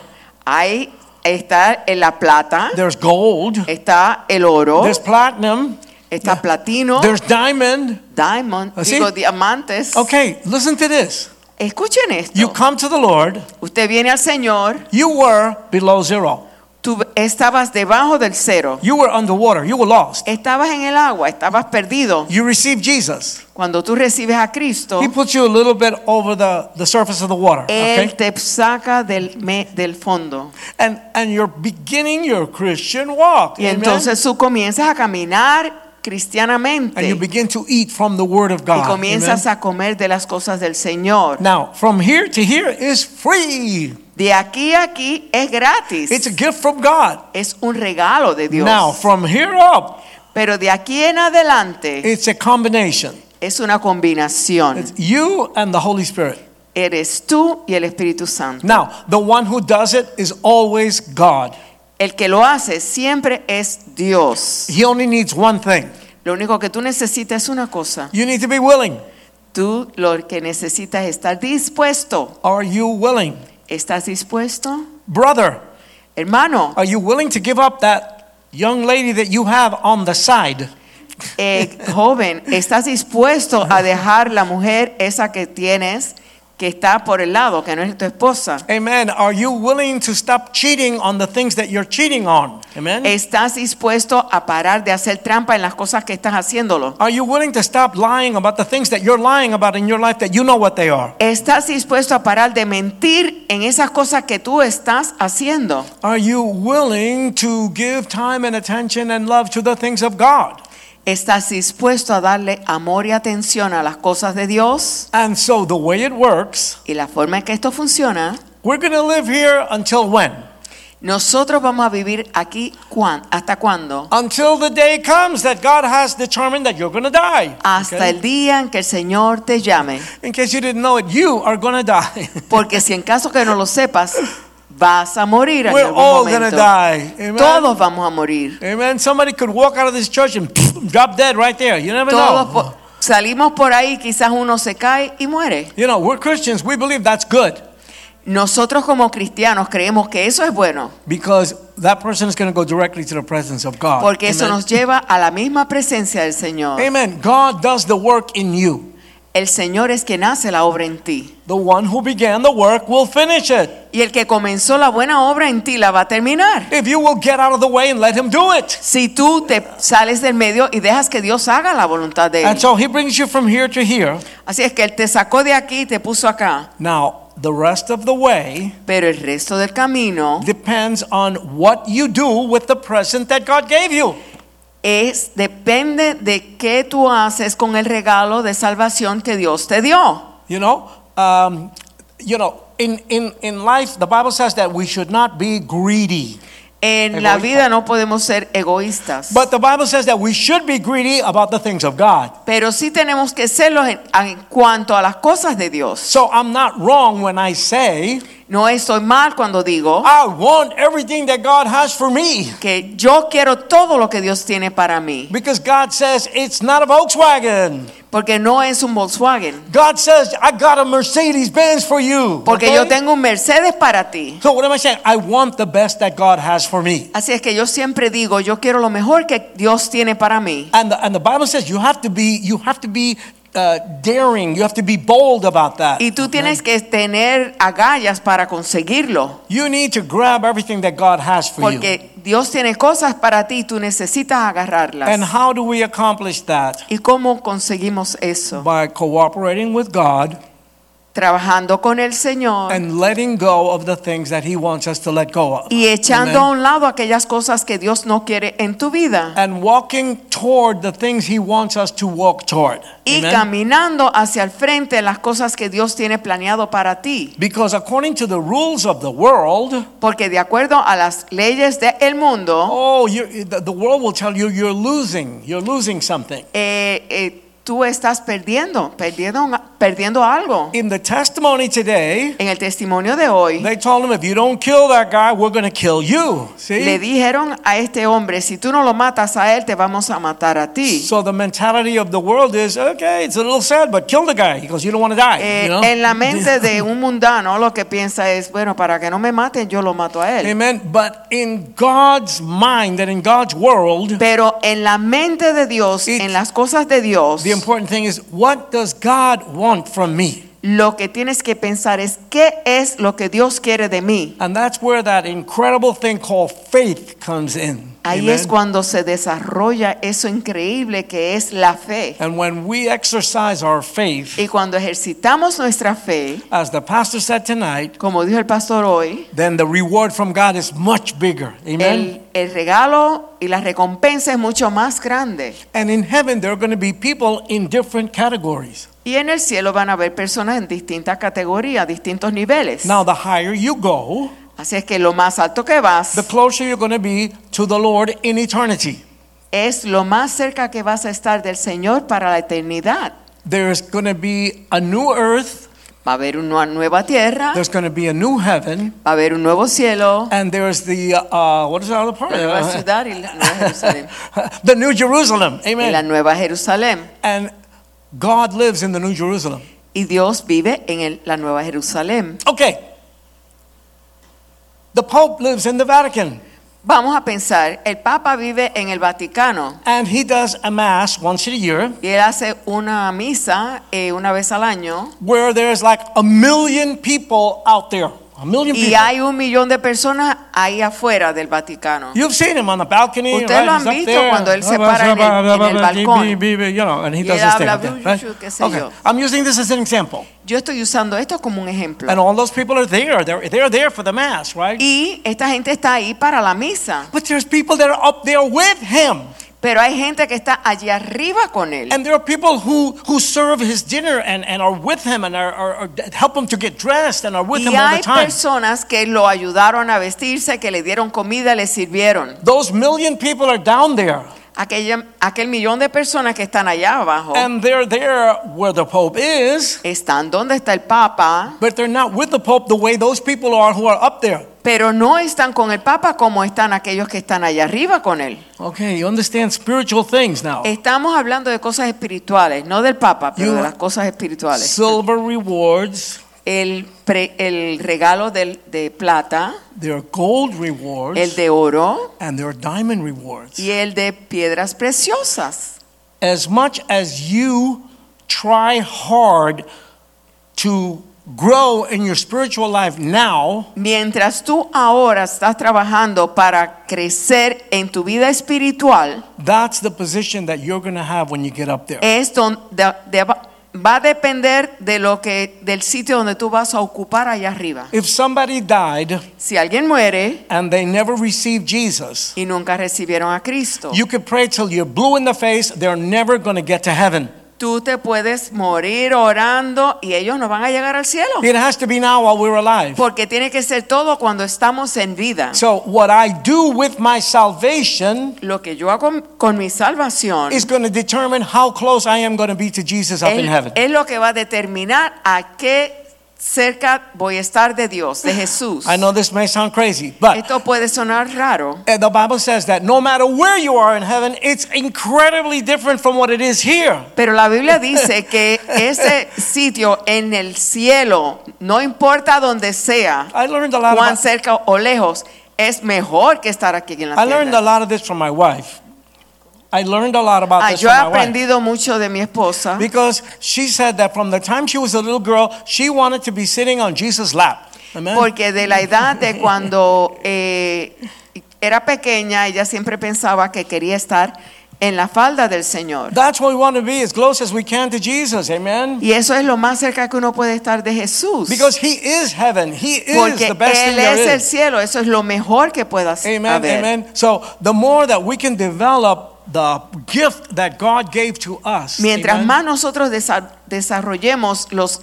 Hay está en la plata,
there's gold,
está el oro,
there's platinum,
está platino,
there's diamond.
diamond,
Ah, sí.
digo diamantes.
Okay, listen to this.
Escuchen esto.
You come to the Lord,
Usted viene al Señor,
you were below zero,
tú estabas debajo del cero,
you were underwater, you were lost.
estabas en el agua, estabas perdido.
You receive Jesus.
Cuando tú recibes a Cristo,
He puts you a little bit over the, the surface of the water.
Él
Okay?
te saca del, me- del fondo.
And and you're beginning your Christian walk.
Y
amen?
entonces tú comienzas a caminar cristianamente
and you begin to eat from the Word of
y
God.
comienzas
amen?
a comer de las cosas del Señor.
Now, from here to here is free.
De aquí a aquí es gratis.
It's a gift from God.
es un regalo de Dios.
Now, from here up,
Pero de aquí en adelante
it's a combination.
es una combinación.
It's you and the Holy Spirit.
Eres tú y el Espíritu Santo.
Now, the one who does it is always God.
El que lo hace siempre es Dios.
He only needs one thing
Lo único que tú necesitas es una cosa.
you need to be willing.
Tú lo que necesitas es estar dispuesto.
Are you willing?
¿Estás dispuesto?
Brother,
Hermano,
are you willing to give up that young lady that you have on the side?
eh, joven, ¿estás dispuesto a dejar la mujer esa que tienes que está por el lado, que no es tu esposa?
Amen. Are you willing to stop cheating on the things that you're cheating on? Amen.
¿Estás dispuesto a parar de hacer trampa en las cosas que estás haciéndolo?
Are you willing to stop lying about the things that you're lying about in your life that you know what they are?
¿Estás dispuesto a parar de mentir en esas cosas que tú estás haciendo?
Are you willing to give time and attention and love to the things of God?
¿Estás dispuesto a darle amor y atención a las cosas de Dios?
And so the way it works,
Y la forma en que esto funciona,
we're going to live here until when?
nosotros vamos a vivir aquí cuán- hasta cuándo?
Until the day comes that God has determined that you're going to die.
Hasta
Okay?
el día en que el Señor te llame.
In case you didn't know it, you are going to <laughs> die.
Porque si en caso que no lo sepas, vas a morir en
We're
algún
all gonna
momento.
die. Amen.
Todos vamos a morir.
Amen. Somebody could walk out of this church and <sniffs> drop dead right there. You never
Todos
know.
po- salimos por ahí, quizás uno se cae y muere.
You know, we're Christians. We believe that's good
Nosotros como cristianos creemos que eso es bueno,
because that person is going to go directly to the presence of God.
porque eso
Amen.
nos lleva a la misma presencia del Señor.
Amen. God does the work in you.
El Señor es quien hace la obra en ti.
The one who began the work will finish it.
Y el que comenzó la buena obra en ti la va a terminar.
If you will get out of the way and let him do it.
Si tú te sales del medio y dejas que Dios haga la voluntad de Él.
And so he brings you from here to here.
Así es que Él te sacó de aquí y te puso acá.
Now, the rest of the way
Pero el resto del camino
depends on what you do with the present that God gave you.
es depende de qué tú haces con el regalo de salvación que Dios te dio.
You know, um, you know, in, in, in life, the Bible says that we should not be greedy.
En la
Egoísta.
vida no podemos ser egoístas,
But the Bible says that we should be greedy about the things of God.
pero sí tenemos que serlo en, en cuanto a las cosas de Dios.
So I'm not wrong when I say,
No estoy mal cuando digo
I want everything that God has for me.
que yo quiero todo lo que Dios tiene para mí,
Because God says it's not a Volkswagen.
porque no es un Volkswagen,
God says I got a Mercedes Benz for you.
porque
okay?
yo tengo un Mercedes para ti.
So what am I saying? I want the best that God has for me.
Así es que yo siempre digo, yo quiero lo mejor que Dios tiene para mí.
And the, and the Bible says you have to be you have to be uh, daring. You have to be bold about that.
Y tú tienes que tener agallas para conseguirlo.
You need to grab everything that God has for you.
Porque Dios tiene cosas para ti y tú necesitas agarrarlas.
And how do we accomplish that?
¿Y cómo conseguimos eso?
By cooperating with God
Trabajando con el Señor
and letting go of the things that He wants us to let go of.
y
Amen.
echando a un lado aquellas cosas que Dios no quiere en tu vida
and walking toward the things he wants us to walk toward.
y
Amen?
caminando hacia el frente las cosas que Dios tiene planeado para ti.
Because according to the rules of the world,
Porque de acuerdo a las leyes del mundo,
oh, you, the, the world will tell you you're losing, you're losing something.
eh, eh, tú estás perdiendo, perdiendo, un- perdiendo algo.
In the testimony today,
En el testimonio de hoy,
they told him, if you don't kill that guy, we're going to kill you.
Le
See?
dijeron a este hombre, si tú no lo matas a él, te vamos a matar a ti.
So the mentality of the world is, okay, it's a little sad, but kill the guy because you don't want to die.
Eh,
you know?
En la
<laughs>
mente de un mundano lo que piensa es, bueno, para que no me maten, yo lo mato a él.
Amen. But in God's mind and in God's world,
Pero en la mente de Dios,
It-
en las cosas de Dios,
the important thing is, what does God want from me?
lo que tienes que pensar es, ¿qué es lo que Dios quiere de mí?
And that's where that incredible thing called faith comes in.
Ahí
Amen?
es cuando se desarrolla eso increíble que es la fe.
and when we exercise our faith,
Y cuando ejercitamos nuestra fe,
as the pastor said tonight,
como dijo el pastor hoy,
then the reward from God is much bigger. Amen.
el, el regalo y la recompensa es mucho más grande.
and in heaven, there are going to be people in different categories.
Y en el cielo van a haber personas en distintas categorías, distintos niveles.
Now, the higher you go,
Así es que lo más alto que
the
vas
closer you're going to be to the Lord in eternity.
es lo más cerca que vas a estar del Señor para la eternidad.
There's going to be a new earth
Va a haber una nueva tierra,
There's going to be a new heaven,
va a haber un nuevo cielo,
and there is the uh, uh, what is the other part?
la nueva ciudad y la nueva Jerusalén.
<laughs> the New Jerusalem.
Y la
Amen.
nueva Jerusalén.
And God lives in the New Jerusalem.
Y Dios vive en el- la nueva Jerusalén.
Okay. The Pope lives in the Vatican,
Vamos a pensar, el Papa vive en el Vaticano
and he does a mass once a year
y él hace una misa eh, una vez al año
where there's like a million people out there. A million
y
people.
hay un millón de personas ahí afuera del Vaticano.
You've seen him on the balcony.
Ustedes
right?
lo han
He's up
visto
there. Ah,
cuando él se para en el- en el balcón.
You know, and he
Y
does
él
his thing
habla,
up there,
"Biu,
right?
biu, qué sé
Okay.
yo.
I'm using this as an example.
Yo estoy usando esto como un ejemplo.
And all those people are there. They're, they're there for the mass, right?
Y esta gente está ahí para la misa,
But there's people that are up there with him.
pero hay gente que está allí arriba con él.
And there are people who, who serve his dinner and, and are with him and are, are, are- help him to get dressed and are with him
Y
all the
hay
time.
personas que lo ayudaron a vestirse, que le dieron comida, le sirvieron.
Those million people are down there.
Aquella- aquel millón de personas que están allá abajo
And they're there where the Pope is,
están donde está el Papa,
but they're not with the Pope the way those people are who are up there.
pero no están con el Papa como están aquellos que están allá arriba con él.
Okay, you understand spiritual things now.
Estamos hablando de cosas espirituales, no del Papa,
Oh.
pero
You-
de las cosas espirituales.
Silver rewards,
el, pre- el regalo del- de plata,
there are gold rewards,
el de oro
and there are diamond rewards.
y el de piedras preciosas.
As much as you try hard to grow in your spiritual life now,
Mientras tú ahora estás trabajando para crecer en tu vida espiritual,
that's the position that you're going to have when you get up there.
es donde de- va a depender de lo que del sitio donde tú vas a ocupar allá arriba.
If somebody died
Si alguien muere
and they never received Jesus,
y nunca recibieron a Cristo,
you could pray till you're blue in the face, they're never going to get to heaven.
tú te puedes morir orando y ellos no van a llegar al cielo,
It has to be now while we're alive.
porque tiene que ser todo cuando estamos en vida.
So, what I do with my salvation
Lo que yo hago con mi salvación
is
es,
going to determine how close I am going to be to Jesus up in heaven.
es lo que va a determinar a qué cerca voy a estar de Dios,
<sighs>
de Jesús.
I know this may sound crazy, but
Esto puede sonar raro,
uh, the Bible says that no matter where you are in heaven, it's incredibly different from what it is here.
pero la Biblia dice que ese sitio en el cielo, no importa dónde sea,
I learned a lot
cuán
about,
cerca o lejos, es mejor que estar aquí en la
I learned a
tierra.
lot of this from my wife. I learned a lot about
Ah,
this
yo
from
he
my wife.
aprendido mucho de mi esposa,
Because she said that from the time she was a little girl, she wanted to be sitting on Jesus' lap. Amen.
porque de la edad de cuando eh, era pequeña, ella siempre pensaba que quería estar en la falda del Señor.
That's what we want to be, as close as we can to Jesus. Amen.
Y eso es lo más cerca que uno puede estar de Jesús.
Because he is heaven. He is
Porque
the best thing
Él
there
es el
is.
cielo, eso es lo mejor que puedas
Amen.
haber.
Amen. So the more that we can develop the gift that God gave to us,
Mientras
amen,
más nosotros desa- desarrollemos los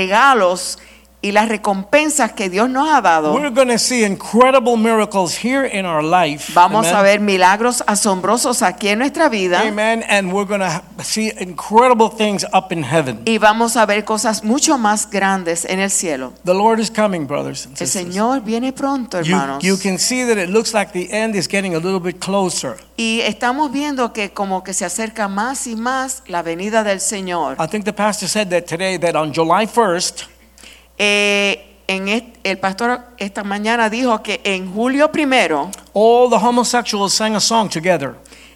regalos y las recompensas que Dios nos ha dado,
we're going to see incredible miracles here in our life.
vamos
amen.
a ver milagros asombrosos aquí en nuestra vida
Amen. And we're going to see incredible things up in heaven.
y vamos a ver cosas mucho más grandes en el cielo.
The Lord is coming, brothers and
El
sisters.
Señor viene pronto,
You,
hermanos.
you can see that it looks like the end is getting a little bit closer.
y estamos viendo que como que se acerca más y más la venida del Señor.
I think the pastor said that today that on July 1st,
Eh, en est- el pastor esta mañana dijo que en julio primero,
all the homosexuals sang a song together.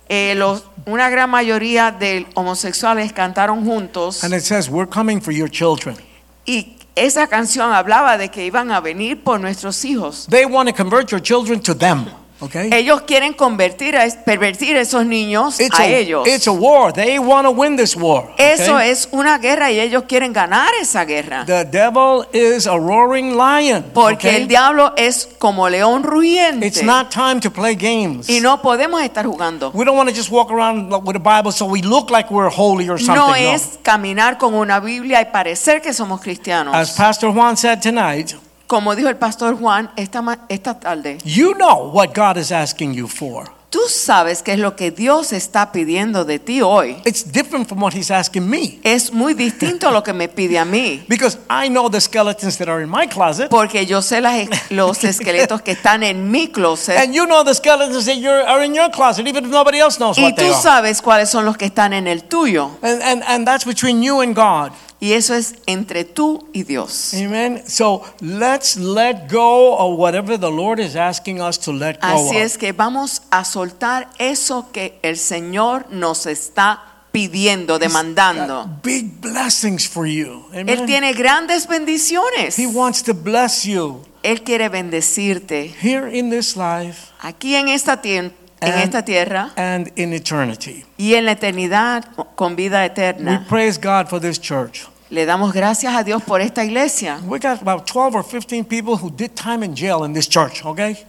eh, los- una gran mayoría de homosexuales cantaron juntos
And it says, We're coming for your children.
y esa canción hablaba de que iban a venir por nuestros hijos.
They want to convert your children to them. Okay?
Ellos quieren convertir a, es- pervertir a esos niños
It's
a
a,
ellos.
it's a war. They want to win this war.
Eso
okay?
es una guerra y ellos quieren ganar esa guerra.
The devil is a roaring lion.
Porque
okay?
el diablo es como león rugiente.
It's not time to play games.
y no podemos estar jugando.
we don't want to just walk around with a Bible so we look like we're holy or something.
No
no.
es caminar con una Biblia y parecer que somos
As
cristianos.
Pastor Juan said tonight,
Como dijo el pastor Juan esta, ma- esta tarde,
you know what God is asking you for.
Tú sabes qué es lo que Dios está pidiendo de ti hoy.
It's different from what he's asking me
Es muy distinto a lo que me pide a mí.
because I know the skeletons that are in my closet,
Porque yo sé las es- los esqueletos que están en mi closet.
and you know the skeletons that you're, are in your closet, even if nobody else knows
Y
what they
tú
are.
sabes cuáles son los que están en el tuyo.
And, and, and that's between you and God.
Y eso es entre tú y Dios.
Amen. So let's let go of whatever the Lord is asking us to let go
Así
of.
es que vamos a soltar eso que el Señor nos está pidiendo, demandando.
Big blessings for you.
Él
uh, Amen.
tiene grandes bendiciones.
He wants to bless you
Él quiere bendecirte
here in this life
aquí en esta, tien- en
And-
esta tierra
and in eternity.
y en la eternidad con vida eterna.
We praise God for this church.
Le damos gracias a Dios por esta iglesia.
We got about 12 or 15 people who did time in jail in this church, okay?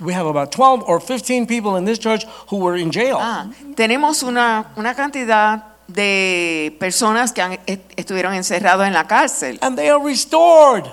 We have about 12 or 15 people in this church who were in jail.
Ah, tenemos una, una cantidad de personas que han- est- estuvieron encerrados en la cárcel
And they are restored.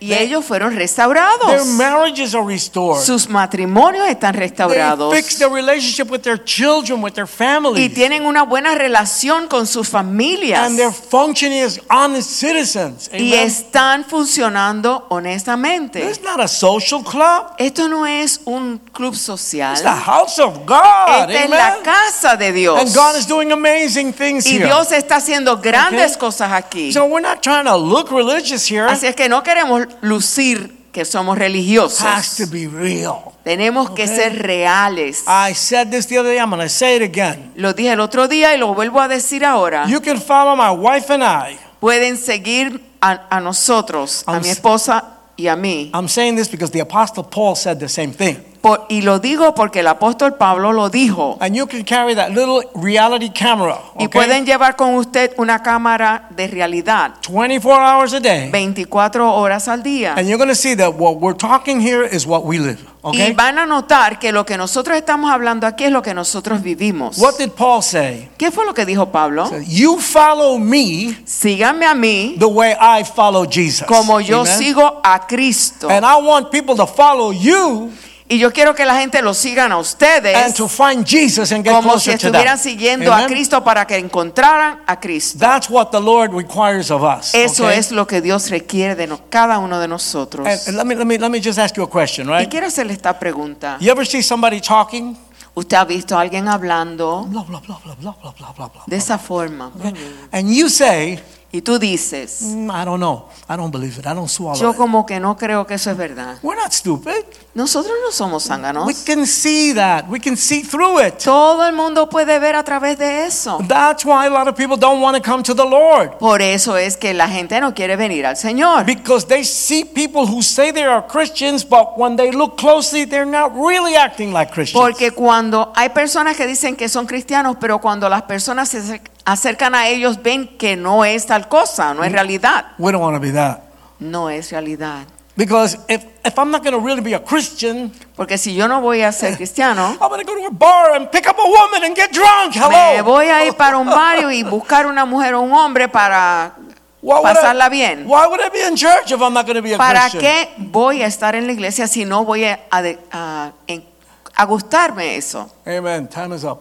y ellos fueron
Their
restaurados.
marriages are restored.
Sus matrimonios están restaurados
They fix their relationship with their children, with their
y
families.
tienen una buena relación con sus familias
And they're functioning as honest citizens.
y
Amen.
están funcionando honestamente.
This is not a social club.
Esto no es un club social.
It's the house of God.
Esta es la
Amen.
casa de Dios.
And God is doing amazing things
Y
here.
Dios está haciendo grandes
Okay.
cosas aquí.
So we're not trying to look religious here.
Así es que no queremos lucir que somos religiosos.
has to be Ah. real.
Tenemos que
Okay.
ser reales.
I said this the other day. I'm going to say it again.
Lo dije el otro día y lo vuelvo a decir ahora.
You can follow my wife and I.
Pueden seguir a, a nosotros, a
I'm
mi
s-
esposa y a mí.
I'm saying this because the Apostle Paul said the same thing.
Por- y lo digo porque el apóstol Pablo lo dijo.
And you can carry that little reality camera.
Y
Okay?
pueden llevar con usted una cámara de realidad
24 hours a day.
24 horas al día.
And you're going to see that what we're talking here is what we live.
Y
Okay?
van a notar que lo que nosotros estamos hablando aquí es lo que nosotros vivimos.
What did Paul say?
¿Qué fue lo que dijo Pablo?
You follow me
Síganme a mí
the way I follow Jesus.
como yo
Amen?
sigo a Cristo.
And I want people to follow you
Y yo quiero que la gente lo sigan a
and
ustedes
to find Jesus and get
como si
closer to them.
estuvieran siguiendo a
Amen?
Cristo para que encontraran a Cristo.
That's what the Lord requires of us.
Eso
okay?
es lo que Dios requiere de no- cada uno de nosotros.
And, and let me let me let me just ask you a question,
Y
right?
quiero hacerle esta pregunta.
You ever see somebody talking?
¿Usted ha visto a alguien hablando
Blah blah blah blah blah blah blah blah blah.
de esa forma?
Mm. And you say,
Y tú dices,
"Mm, I don't know. I don't believe it. I don't swallow
yo
it.
como que no creo que eso es verdad.
We're not stupid.
Nosotros no somos zánganos.
We can see that. We can see through it.
Todo el mundo puede ver a través de eso.
That's why a lot of people don't want to come to the Lord
Por eso es que la gente no quiere venir al Señor.
because they see people who say they are Christians, but when they look closely, they're not really acting like Christians.
Porque cuando hay personas que dicen que son cristianos, pero cuando las personas se acer- acercan a ellos ven que no es tal cosa, no es realidad.
We don't want to be that.
No es realidad.
Because if, if I'm not going to really be a Christian,
Porque si yo no voy a
<laughs>
ser cristiano,
I'm going to go to a bar and pick up a woman and get drunk. Hello.
me voy a ir para un barrio y buscar una mujer o un hombre para
Why would I-
pasarla bien.
Why would I be in church if I'm not going to be a
¿Para
Christian?
qué voy a estar en la iglesia si no voy a, a de- a- en- a gustarme eso?
Amen. Time is up.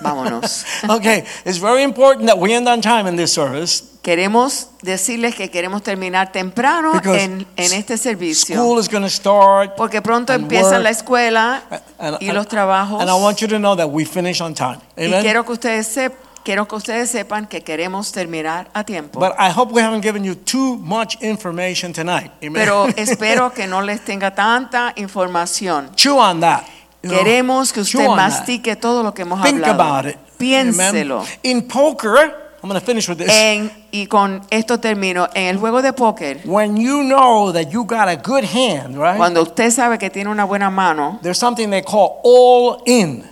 Vámonos.
<laughs> okay, it's very important that we end on time in this service.
Queremos decirles que queremos terminar temprano
Because
en, en este servicio.
School is going to start.
Porque pronto
and
empiezan
work.
la escuela
And-
y
and-
los trabajos.
And I want you to know that we finish on time.
y
Amen.
quiero que ustedes sep- quiero que ustedes sepan que queremos terminar a tiempo.
But I hope we haven't given you too much information tonight. Amen.
Pero espero que no les tenga tanta información.
<laughs> chew on that. <laughs> you know.
Queremos que
Chew
usted
on that.
mastique todo lo que hemos
Think about
hablado.
it.
Piénselo. Eh,
Amen. In poker, I'm going to finish with this.
En- y con esto termino. En el juego de póker,
when you know that you got a good hand, right?
cuando usted sabe que tiene una buena mano,
There's something they call all in.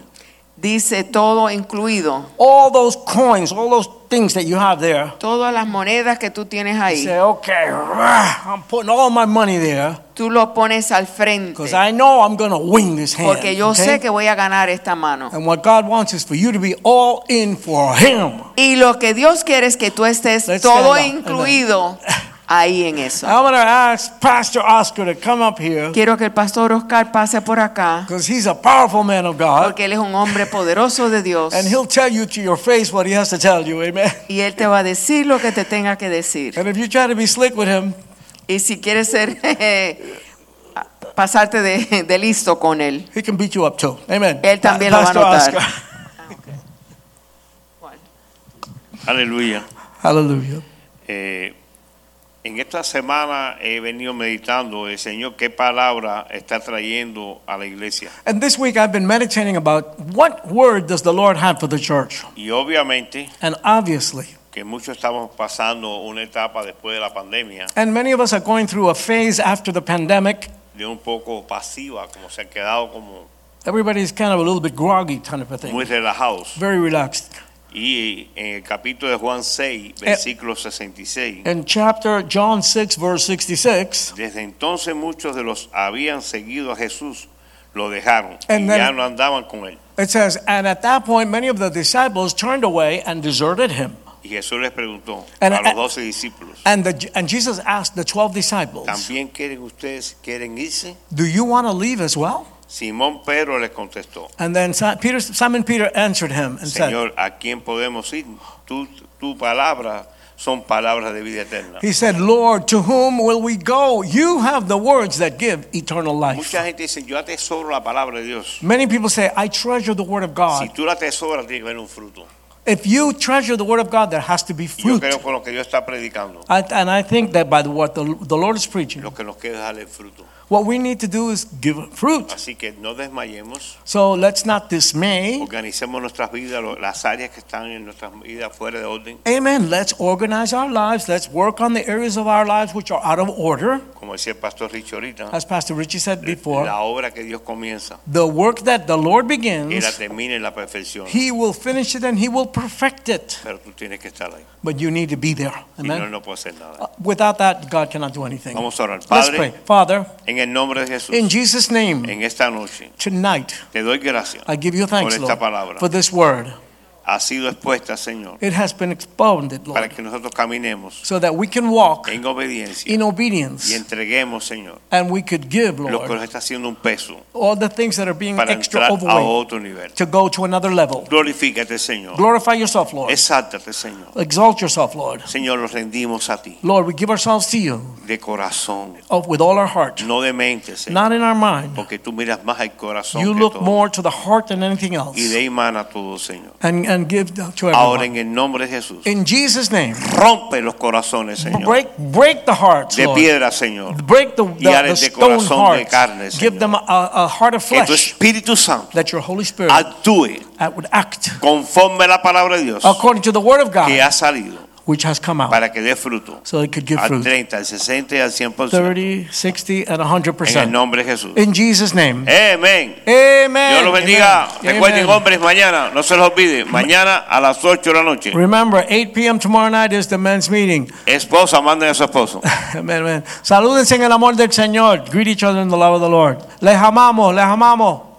dice todo incluido.
All those coins, all those things that you have there.
Todas las monedas que tú tienes
You
ahí,
say, okay, rah, I'm putting all my money there
tú lo pones al frente.
because I know I'm going to win this hand.
Porque yo
okay?
sé que voy a ganar esta mano.
And what God wants is for you to be all in for Him.
Y lo que Dios quiere es que tú estés
Let's Ah.
todo
stand up.
incluido ahí en eso.
I'm going to ask Pastor Oscar to come up here
Quiero que el pastor Oscar pase por acá,
because he's a powerful man of God
porque él es un hombre poderoso de Dios.
and he'll tell you to your face what he has to tell you. Amen.
Y él te va a decir lo que te tenga que decir.
And if you try to be slick with him,
Y si quieres ser, <laughs> eh, pasarte de, de listo con él.
he can beat you up too. Amen.
Él también lo va a
Pastor
notar.
Oscar. <laughs>
Aleluya.
Hallelujah.
Eh, en esta semana he venido meditando el Señor qué palabra está trayendo a la iglesia.
And this week I've been meditating about what word does the Lord have for the church?
Y obviamente
And obviously,
que muchos estamos pasando una etapa después de la pandemia
and many of us are going through a phase after the pandemic.
de un poco pasiva, como se han quedado como
Everybody's kind of a little bit groggy kind of a thing.
muy relajados.
Very relaxed.
Y en el capítulo de Juan 6, versículo 66,
In chapter John 6 verse 66,
desde entonces muchos de los habían seguido a Jesús lo dejaron y
And then-
ya no andaban con él.
it says, "And at that point many of the disciples turned away and deserted him."
Y Jesús les preguntó
And-
a los
and-
doce discípulos,
And the, and Jesus asked the 12 disciples,
¿también quieren ustedes, quieren irse?
"Do you want to leave as well?"
Simón Pedro les contestó,
And then Si- Peter, Simon Peter answered him and said,
Señor, ¿a quién podemos ir? Tu, tu palabra son palabras de vida eterna.
He said, Lord, to whom will we go? You have the words that give eternal life.
Mucha gente dice, yo atesoro la palabra de Dios.
Many people say, I treasure the word of
Si
God.
tú la atesoras, tiene que haber un fruto.
If you treasure the word of God, there has to be
Y yo
fruit.
creo con lo que Dios está predicando,
I, and I think that by the, what the, the Lord is preaching,
lo que nos queda es darle el fruto.
what we need to do is give fruit.
Así que no desmayemos,
So let's not dismay.
organicemos nuestras vidas, lo- las áreas que están en nuestras vidas fuera de orden.
Amen. Let's organize our lives. Let's work on the areas of our lives which are out of order.
Como decía el pastor Rich ahorita,
As Pastor Richie said before,
la obra que Dios comienza,
the work that the Lord
Él la
begins,
termina en la perfección.
He will finish it and He will perfect it.
Pero tú tienes que estar ahí.
But you need to be there.
Y no,
Amen.
no puedo hacer nada.
Uh, Without that, God cannot do anything.
Vamos a orar.
Let's
Padre,
pray. Father,
en el nombre de Jesús,
in Jesus' name,
en esta noche,
tonight,
Te doy gracias.
I give you thanks,
Por esta
Lord,
palabra.
for this word.
Ha sido expuesta, Señor,
It has been expounded,
para
Lord,
que nosotros caminemos
so that we can walk
en obediencia
in
y
obedience
entreguemos, Señor,
and we could give,
lo que nos
Lord,
está haciendo un peso
all the things that are being
para
extra
entrar a
overweight
otro nivel.
to go to another level.
Glorifícate, Señor.
Glorify yourself, Lord.
Exáltate, Señor.
Exalt yourself, Lord.
Señor, los rendimos a ti
Lord, we give ourselves to you
de corazón,
of- with all our heart,
no de mente, Señor,
not in our mind.
porque tú miras más al corazón
You
que
look
todo.
more to the heart than anything else
y de ahí mana todo, Señor.
and, and give to
Ahora
everyone.
en el nombre de Jesús,
In Jesus' name.
rompe los corazones, Señor,
Break, break the hearts,
de
Lord.
piedra, Señor.
Break the, the,
Y
the
áreas de
stone
corazón de
hearts.
carne, Señor.
Give them a, a heart of
Que tu
flesh
Espíritu Santo
that your Holy Spirit
actúe
act- would act
conforme a la palabra de Dios
according to the Word of
que
God,
ha salido
which has come out,
para que dé fruto
so it could give
al
fruit
30, al 60 y al 100%
30, 60, and
en el
100%.
nombre de Jesús.
In Jesus' name.
Amén.
Amen.
Dios los bendiga.
Amen.
Recuerden,
Amen.
hombres, mañana, no se los olvide, mañana a las 8 de la noche.
Remember, 8 p.m. tomorrow night is the men's meeting. <laughs>
Esposa, manden a su esposo.
Amen, amen. Salúdense en el amor del Señor. Greet each other in the love of the Lord. Les amamos, les amamos.